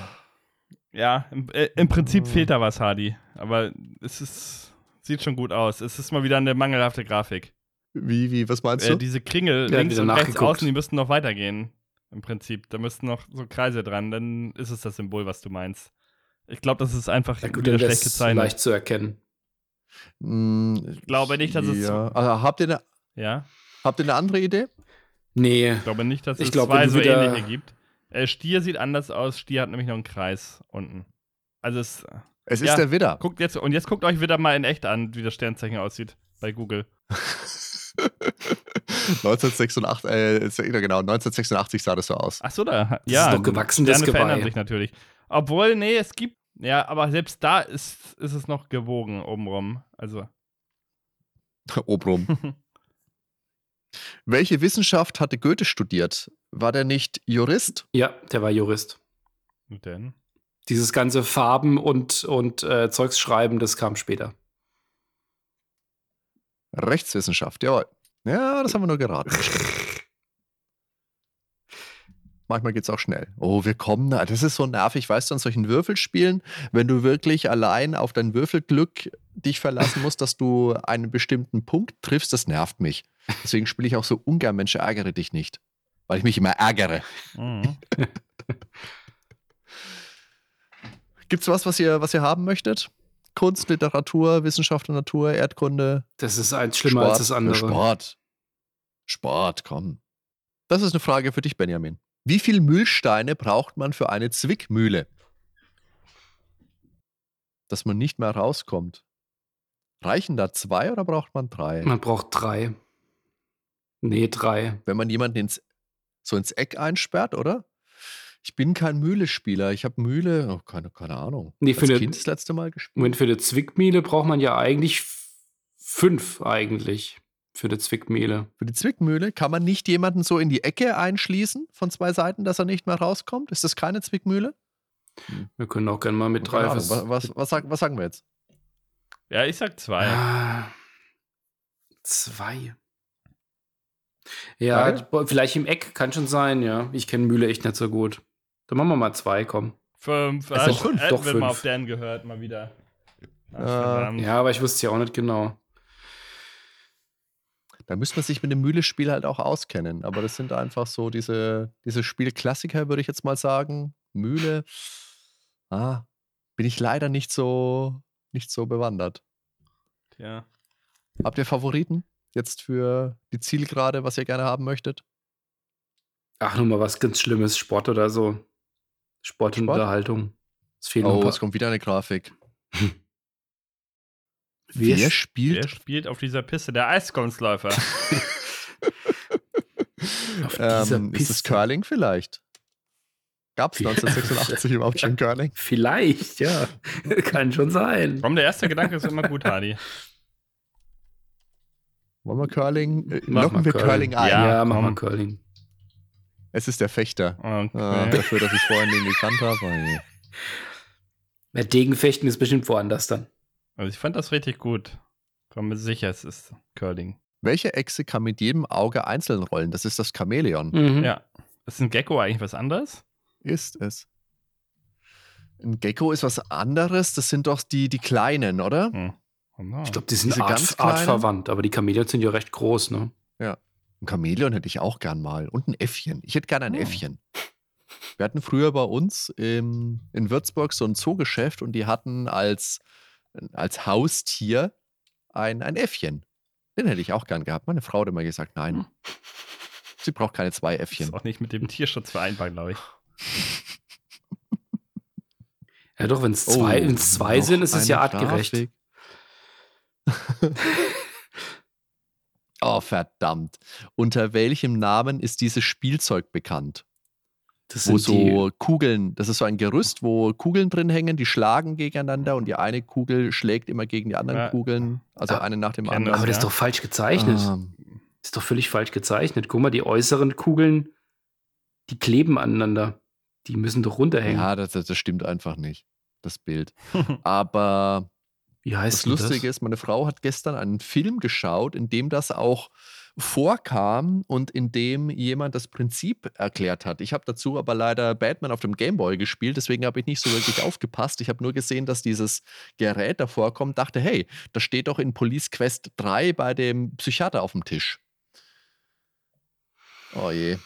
Ja, im, äh, im Prinzip fehlt da was, Hardy. Aber es ist, sieht schon gut aus. Es ist mal wieder eine mangelhafte Grafik. wie, wie, was meinst Äh, du? diese Kringel Ja, links wieder und rechts nachgeguckt. außen, die müssten noch weitergehen. Im Prinzip. Da müssten noch so Kreise dran. Dann ist es das Symbol, was du meinst. Ich glaube, das ist einfach ja, gut, wieder dann schlecht ist gezeichnet. leicht zu erkennen. Hm, ich glaube nicht, dass es- ja. Also, habt, ihr eine, Ja, habt ihr eine andere Idee? Nee, ich glaube nicht, dass Ich es glaub, wenn zwei du so wieder- ähnliche gibt. Äh, Stier sieht anders aus. Stier hat nämlich noch einen Kreis unten. Also es Es ist Ja. der Widder. [laughs] guckt jetzt und jetzt guckt euch wieder mal in echt an, wie das Sternzeichen aussieht bei Google. 1986, äh, ja, genau, 1986 sah das so aus. [laughs] Ach so, da das ja. ist doch gewachsenes Sterne verändern Geweih. sich natürlich. Obwohl, nee, es gibt. Ja, aber selbst da ist, ist es noch gewogen obenrum. Also. Obrum. [laughs] Welche Wissenschaft hatte Goethe studiert? War der nicht Jurist? Ja, der war Jurist. Und dann? Dieses ganze Farben und, und äh, Zeugsschreiben, das kam später. Rechtswissenschaft, jawohl. Ja, das haben wir nur geraten. das stimmt. Manchmal geht es auch schnell. Oh, wir kommen. na, Das ist so nervig, weißt du, an solchen Würfelspielen, wenn du wirklich allein auf dein Würfelglück dich verlassen musst, dass du einen bestimmten Punkt triffst, das nervt mich. Deswegen spiele ich auch so ungern, Mensch, ärgere dich nicht. Weil ich mich immer ärgere. Mhm. Gibt's was, was ihr, was ihr haben möchtet? Kunst, Literatur, Wissenschaft und Natur, Erdkunde, Das ist eins schlimmer Sport, als das andere. Sport. Sport, komm. Das ist eine Frage für dich, Benjamin. Wie viel Mühlsteine braucht man für eine Zwickmühle? Dass man nicht mehr rauskommt. Reichen da zwei oder braucht man drei? Man braucht drei. Nee, drei. Wenn man jemanden ins, so ins Eck einsperrt, oder? Ich bin kein Mühle-Spieler. Ich habe Mühle, oh, keine, keine Ahnung. Nee, Als für eine- Kind das letzte Mal gespielt. Moment, für eine Zwickmühle braucht man ja eigentlich f- fünf eigentlich. Für eine Zwickmühle. Für die Zwickmühle kann man nicht jemanden so in die Ecke einschließen von zwei Seiten, dass er nicht mehr rauskommt? Ist das keine Zwickmühle? Wir können auch gerne mal mit drei. Keine Ahnung. vers- Was, was, was, sag, was sagen wir jetzt? Ja, ich sag zwei. Ah, zwei. Ja, Drei? boah, vielleicht im Eck kann schon sein, ja. Ich kenne Mühle echt nicht so gut. Dann machen wir mal zwei, komm. Fünf. Ah, Es sind fünf, hätten doch wir fünf. mal auf Dan gehört, mal wieder. Ach, Äh, verdammt. Ja, aber ich wusste es ja auch nicht genau. Da müsste man sich mit dem Mühle-Spiel halt auch auskennen. Aber das sind einfach so diese, diese Spielklassiker, würde ich jetzt mal sagen. Mühle. Ah, bin ich leider nicht so, nicht so bewandert. ja. Habt ihr Favoriten jetzt für die Zielgerade, was ihr gerne haben möchtet? Ach, nur mal was ganz Schlimmes, Sport oder so. Sport und Sport? Unterhaltung. Es fehlen noch Oh, ein es paar. kommt wieder eine Grafik. [laughs] Wer Wer sch- spielt Wer spielt auf dieser Piste? Der Eiskunstläufer. Auf dieser Ähm, ist es Piste. Curling vielleicht? Gab [laughs] es 1986 überhaupt schon Curling? Vielleicht, ja. [laughs] kann schon sein. Komm, der erste Gedanke ist immer gut, Hardy. Wollen wir Curling? Äh, Mach mal locken wir Curling, Curling. ein. Ja, Ja, mach mal komm. Curling. Es ist der Fechter. Okay. Ah, Dafür, dass ich vorhin den gekannt habe. Oh, nee. Ja, Degenfechten ist bestimmt woanders dann. Also ich fand das richtig gut. War mir sicher, es ist Curling. Welche Echse kann mit jedem Auge einzeln rollen? Das ist das Chamäleon. Mhm. Ja. Ist ein Gecko eigentlich was anderes? Ist es. Ein Gecko ist was anderes. Das sind doch die, die Kleinen, oder? Hm. Oh no. Ich glaube, die sind Diese ganz art, kleinen? artverwandt, aber die Chamäleon sind ja recht groß, ne? Ein Chamäleon hätte ich auch gern mal. Und ein Äffchen. Ich hätte gern ein Ah. Oh. Äffchen. Wir hatten früher bei uns im, in Würzburg so ein Zoogeschäft und die hatten als, als Haustier ein, ein Äffchen. Den hätte ich auch gern gehabt. Meine Hm. Frau hat immer gesagt, nein. Sie braucht keine zwei Äffchen. Ist auch nicht mit dem Tierschutz vereinbar, glaube ich. Ja, doch, wenn es Oh, zwei, wenn's zwei noch sind, ist es ja eine artgerecht. Grafik. [laughs] oh, verdammt. Unter welchem Namen ist dieses Spielzeug bekannt? Das Wo sind die- so Kugeln, das ist so ein Gerüst, wo Kugeln drin hängen, die schlagen gegeneinander und die eine Kugel schlägt immer gegen die anderen Ja. Kugeln, also Ah, eine nach dem kenn anderen. aber das ja. ist doch falsch gezeichnet. Ähm, Ist doch völlig falsch gezeichnet. Guck mal, die äußeren Kugeln, die kleben aneinander. Die müssen doch runterhängen. ja, das, das das stimmt einfach nicht, das [laughs] Bild. Aber Wie heißt Das denn Lustige ist, meine Frau hat gestern einen Film geschaut, in dem das auch vorkam und in dem jemand das Prinzip erklärt hat. Ich habe dazu aber leider Batman auf dem Gameboy gespielt, deswegen habe ich nicht so wirklich aufgepasst. Ich habe nur gesehen, dass dieses Gerät davor kommt, dachte, hey, das steht doch in Police Quest 3 bei dem Psychiater auf dem Tisch. Oh je.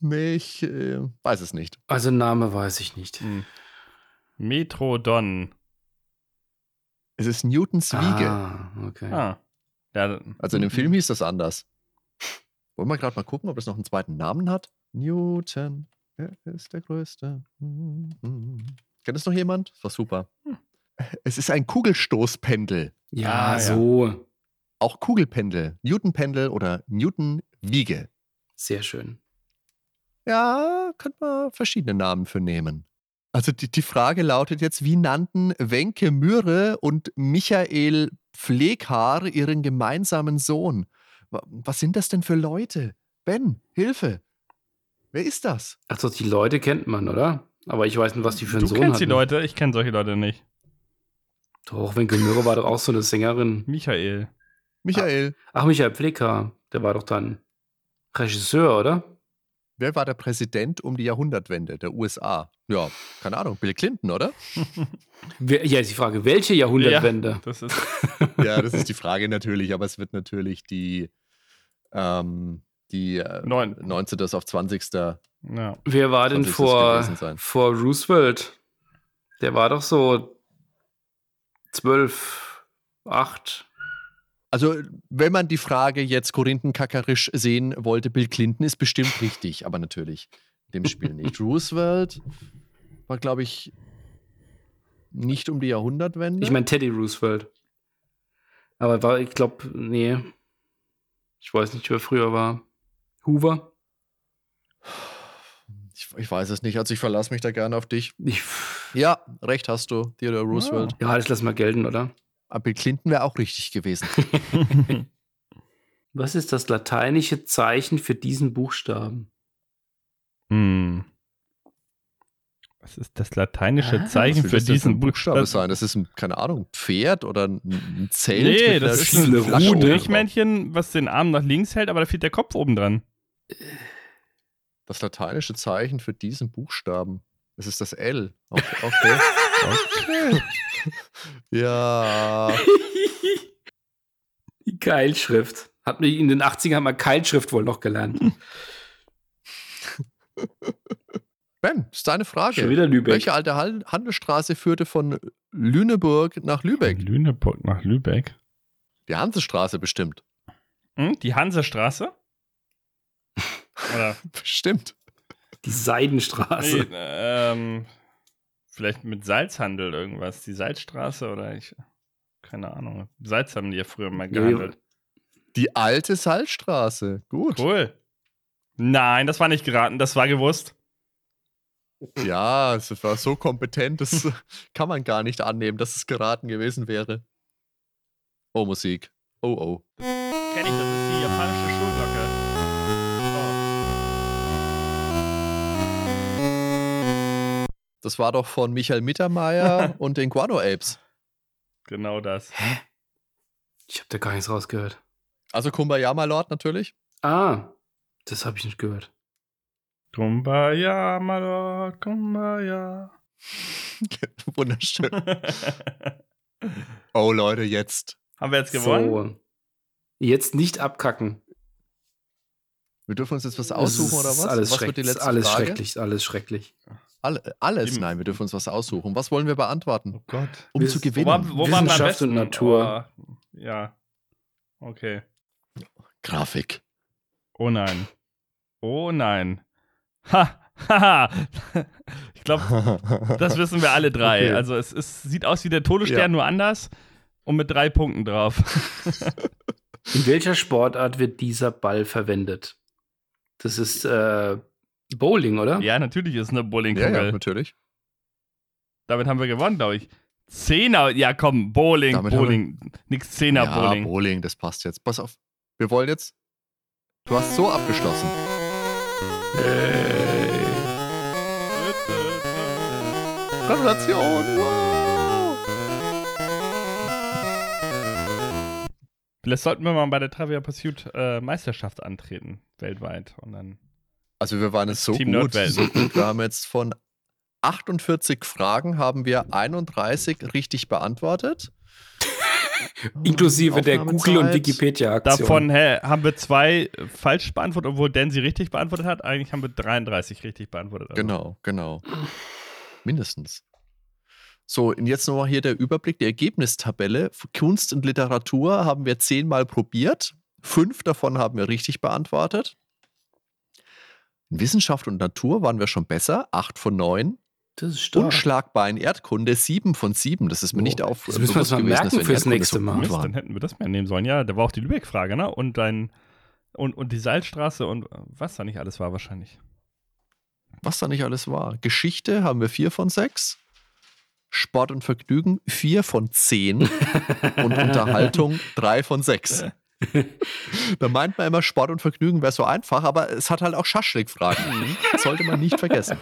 Nee, Ich äh, weiß es nicht. Also Name weiß ich nicht. Hm. Metrodon. Es ist Newtons Wiege. Ah, okay. Ah. Ja, Also in dem Film hieß das anders. Wollen wir gerade mal gucken, ob das noch einen zweiten Namen hat? Newton, er ist der Größte. Kennt es noch jemand? Das war super. Es ist ein Kugelstoßpendel. Ja, Ah, ja. so. Auch Kugelpendel. Newtonpendel oder Newtonwiege. Sehr schön. Ja, könnte man verschiedene Namen für nehmen. Also die, die Frage lautet jetzt, wie nannten Wenke Mühre und Michael Pfleghaar ihren gemeinsamen Sohn? Wa- Was sind das denn für Leute? Ben, Hilfe! Wer ist das? Achso, die Leute kennt man, oder? Aber ich weiß nicht, was die für einen Du Sohn kennst die hatten. Leute, ich kenne solche Leute nicht. Doch, Wenke Möhre war doch auch so eine Hm. Sängerin. Michael. Michael, Ach, Michael Flicker, der war doch dann Regisseur, oder? wer war der Präsident um die Jahrhundertwende der USA? Ja, keine Ahnung, Bill Clinton, oder? Wer, ja, ist die Frage, welche Jahrhundertwende? [laughs] Das ist. ja, das ist die Frage natürlich, aber es wird natürlich die, ähm, die äh, Neun. 19. auf 20. Ja. Wer war Sollte denn es das vor, gewesen sein? vor Roosevelt? Der war doch so zwölf, acht. Also, wenn man die Frage jetzt korinthenkackerisch sehen wollte, Bill Clinton ist bestimmt richtig, aber natürlich in dem Spiel [laughs] nicht. Roosevelt war, glaube ich, nicht um die Jahrhundertwende. Ich meine Teddy Roosevelt. Aber war, ich glaube, nee. Ich weiß nicht, wer früher war. Hoover? ich, ich weiß es nicht, also ich verlasse mich da gerne auf dich. Ich, Ja, recht hast du, Theodore Roosevelt. ja, das lassen wir gelten, oder? Aber Bill Clinton wäre auch richtig gewesen. Was ist das lateinische Zeichen für diesen Buchstaben? Hm. Was ist das lateinische Ah, Zeichen Was für will das denn diesen für ein Buchstabe Buchstaben? sein? Das ist ein, keine Ahnung, Pferd oder ein, ein Zelt? Nee, mit einer das ist schönen eine Flasche ein Rude. oben drauf. Milchmännchen, was den Arm nach links hält, aber da fehlt der Kopf oben dran. Das lateinische Zeichen für diesen Buchstaben. Es ist das L. Okay. okay. okay. ja. Die Keilschrift. Hat mich in den 80ern mal Keilschrift wohl [laughs] noch gelernt. Ben, ist deine Frage. Schon wieder Lübeck. Welche alte Han- Handelsstraße führte von Lüneburg nach Mhm. Lübeck? Lüneburg nach Lübeck. Die Hansestraße bestimmt. [laughs] Hm? Die Hansestraße? Oder Bestimmt. Die Seidenstraße. Nee, ähm, vielleicht mit Salzhandel irgendwas. Die Salzstraße oder ich. Keine Ahnung. Salz haben die ja früher mal Ja, gehandelt. Die alte Salzstraße. Gut. Cool. Nein, das war nicht geraten, das war gewusst. Ja, es war so kompetent, das [laughs] kann man gar nicht annehmen, dass es geraten gewesen wäre. Oh, Musik. Oh, oh. Kenn ich, das ist die japanische Schulglocke. Oh. Das war doch von Michael [laughs] Mittermeier und den Guano Apes. Genau das. Ich habe da gar nichts rausgehört. Also Kumbayama Lord natürlich. Ah, das habe ich nicht gehört. Kumbaya, Malor, [laughs] Kumbaya. Wunderschön. haben Oh Leute, jetzt. wir jetzt gewonnen? So. Jetzt nicht abkacken. Wir dürfen uns jetzt was Das aussuchen ist oder was? Alles, was schreck, wird die letzte alles Frage? schrecklich, alles schrecklich. Alle, alles? Eben. Nein, wir dürfen uns was aussuchen. Was wollen wir beantworten? Oh Gott. Um Wir- zu Wo, gewinnen. war, wo waren wir am Wissenschaft besten? und Natur. Oh, ja. Okay. Grafik. Oh nein. Oh nein. Ha, Haha. ich glaube, [laughs] das wissen wir alle drei. Okay. Also es, ist, sieht aus wie der Todesstern, Ja. nur anders und mit drei [laughs] Punkten drauf. In welcher Sportart wird dieser Ball verwendet? Das ist äh, Bowling, oder? Ja, natürlich ist es eine ja, Bowlingkugel. ja, natürlich. Damit haben wir gewonnen, glaube ich. Zehner, ja komm, Bowling, Damit haben Bowling. Nix Zehner ja, Bowling. Bowling, das passt jetzt. Pass auf. Wir wollen jetzt. Du hast so abgeschlossen. Gratulation! Wow. Vielleicht sollten wir mal bei der Travia Pursuit äh, Meisterschaft antreten, weltweit. Und dann. Also wir waren jetzt so Team gut, Nordwelt. so gut. Wir haben jetzt von 48 Fragen haben wir 31 richtig beantwortet. [laughs] Inklusive der Google- und Aufnahmezeit. Wikipedia-Aktion. Davon hä, haben wir zwei äh, falsch beantwortet, obwohl Dan sie richtig beantwortet hat. Eigentlich haben wir 33 richtig beantwortet. Also Genau, genau. Mindestens. So, und jetzt nochmal hier der Überblick der Ergebnistabelle. Für Kunst und Literatur haben wir zehnmal probiert. Fünf davon haben wir richtig beantwortet. In Wissenschaft und Natur waren wir schon besser. Acht von neun. Das ist Stark. Unschlagbar in Erdkunde. Sieben von sieben. Das ist mir Oh, nicht auf. das müssen wir uns bewusst mal gewesen, dass merken wir in fürs Erdkunde nächste so Mal. gut Mist, waren. dann hätten wir das mehr nehmen sollen. Ja, da war auch die Lübeck-Frage, ne? Und dein. Und, und die Seilstraße und äh, was da nicht alles war, wahrscheinlich. was da nicht alles war. Geschichte haben wir vier von sechs. Sport und Vergnügen vier von [laughs] zehn. und Unterhaltung drei von sechs. Da meint man immer, Sport und Vergnügen wäre so einfach, aber es hat halt auch Mhm. Schaschlik-Fragen. Das sollte man nicht [laughs] vergessen.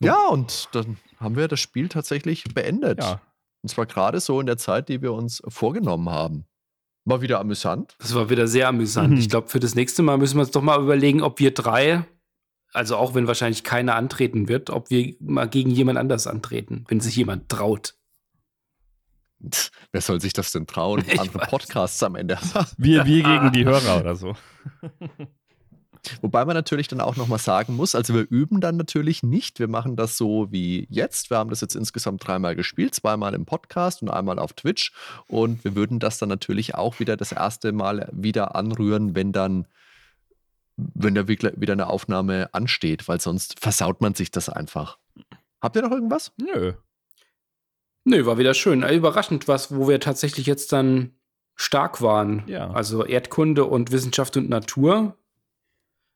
Ja, und dann haben wir das Spiel tatsächlich beendet. Ja. Und zwar gerade so in der Zeit, die wir uns vorgenommen haben. Mal wieder amüsant. Das war wieder sehr amüsant. Mhm. Ich glaube, für das nächste Mal müssen wir uns doch mal überlegen, ob wir drei, also auch wenn wahrscheinlich keiner antreten wird, ob wir mal gegen jemand anders antreten, wenn sich jemand traut. Tch, Wer soll sich das denn [laughs] trauen? Ich Andere weiß. Podcasts am Ende. Wir, [laughs] wir gegen die Hörer oder so. [laughs] Wobei man natürlich dann auch nochmal sagen muss, also wir üben dann natürlich nicht. Wir machen das so wie jetzt. Wir haben das jetzt insgesamt dreimal gespielt, zweimal im Podcast und einmal auf Twitch. Und wir würden das dann natürlich auch wieder das erste Mal wieder anrühren, wenn dann, wenn da wirklich wieder eine Aufnahme ansteht, weil sonst versaut man sich das einfach. Habt ihr noch irgendwas? Nö. Nö, war wieder schön. Äh, Überraschend was, wo wir tatsächlich jetzt dann stark waren. Ja. Also Erdkunde und Wissenschaft und Natur.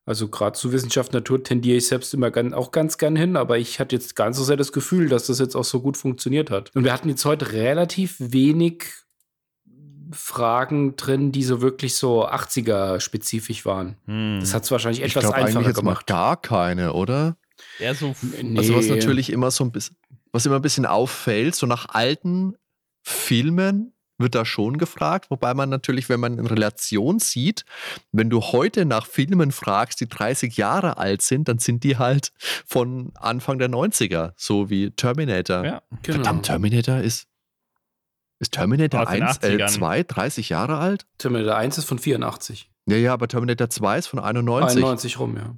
Also gerade zu Wissenschaft und Natur tendiere ich selbst immer gern, auch ganz gern hin, aber ich hatte jetzt gar nicht so sehr das Gefühl, dass das jetzt auch so gut funktioniert hat. Und wir hatten jetzt heute relativ wenig Fragen drin, die so wirklich so 80er-spezifisch waren. Hm. Das hat es wahrscheinlich etwas glaub einfacher mal gemacht. gar keine, oder? eher so f- Nee. Also was natürlich immer so ein bisschen, was immer ein bisschen auffällt, so nach alten Filmen wird da schon gefragt, wobei man natürlich, wenn man in Relation sieht, wenn du heute nach Filmen fragst, die 30 Jahre alt sind, dann sind die halt von Anfang der 90er, so wie Terminator. Ja. Genau. Verdammt, Terminator ist ist Terminator Aus den 1, äh, 80ern. 2 30 Jahre alt? Terminator 1 ist von 84. Ja, ja, aber Terminator 2 ist von 91. 91 rum, ja.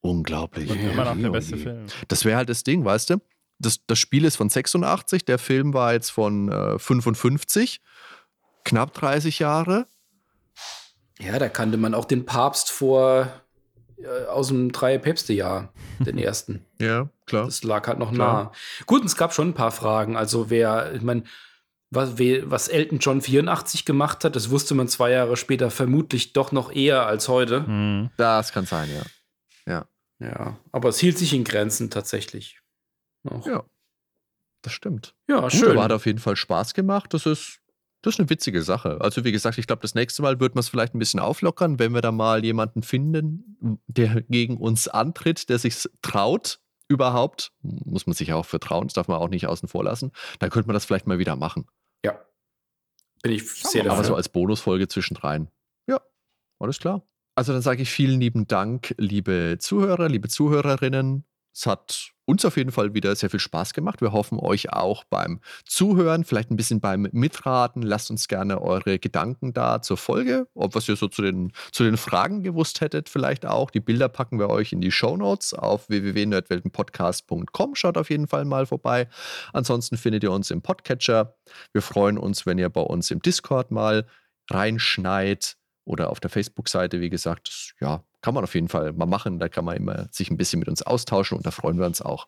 Unglaublich. und immer noch der beste Ui. Film. Das wäre halt das Ding, weißt du? Das, das Spiel ist von 86, der Film war jetzt von äh, 55, knapp 30 Jahre. Ja, da kannte man auch den Papst vor äh, aus dem Drei-Päpste-Jahr, den ersten. Ja, klar. Das lag halt noch Klar. nah. Gut, und es gab schon ein paar Fragen. Also, wer, ich meine, was, we- was Elton John 84 gemacht hat, das wusste man zwei Jahre später vermutlich doch noch eher als heute. Hm. Das kann sein, ja. Ja, aber es hielt sich in Grenzen tatsächlich. Auch. Ja. Das stimmt. Ja, Gut, schön. aber hat auf jeden Fall Spaß gemacht. Das ist, das ist eine witzige Sache. Also, wie gesagt, ich glaube, das nächste Mal wird man es vielleicht ein bisschen auflockern, wenn wir da mal jemanden finden, der gegen uns antritt, der sich traut. Überhaupt muss man sich auch vertrauen, das darf man auch nicht außen vor lassen. Dann könnte man das vielleicht mal wieder machen. ja. Bin ich Schauen sehr wir mal. Aber dafür. so als Bonusfolge zwischendrein. Ja, alles klar. Also dann sage ich vielen lieben Dank, liebe Zuhörer, liebe Zuhörerinnen. Es hat uns auf jeden Fall wieder sehr viel Spaß gemacht. Wir hoffen euch auch beim Zuhören, vielleicht ein bisschen beim Mitraten. Lasst uns gerne eure Gedanken da zur Folge, ob was ihr so zu den, zu den Fragen gewusst hättet, vielleicht auch. Die Bilder packen wir euch in die Shownotes auf www.nerdweltenpodcast.com. Schaut auf jeden Fall mal vorbei. Ansonsten findet ihr uns im Podcatcher. Wir freuen uns, wenn ihr bei uns im Discord mal reinschneit oder auf der Facebook-Seite, wie gesagt, das, ja, kann man auf jeden Fall mal machen. Da kann man immer sich ein bisschen mit uns austauschen und da freuen wir uns auch.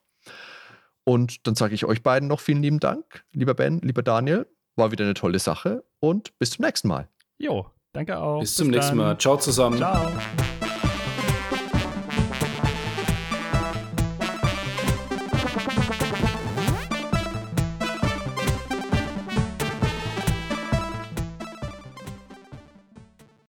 Und dann sage ich euch beiden noch vielen lieben Dank, lieber Ben, lieber Daniel. War wieder eine tolle Sache und bis zum nächsten Mal. Jo, danke auch. Bis, zum nächsten dann. Mal. Ciao zusammen. Ciao.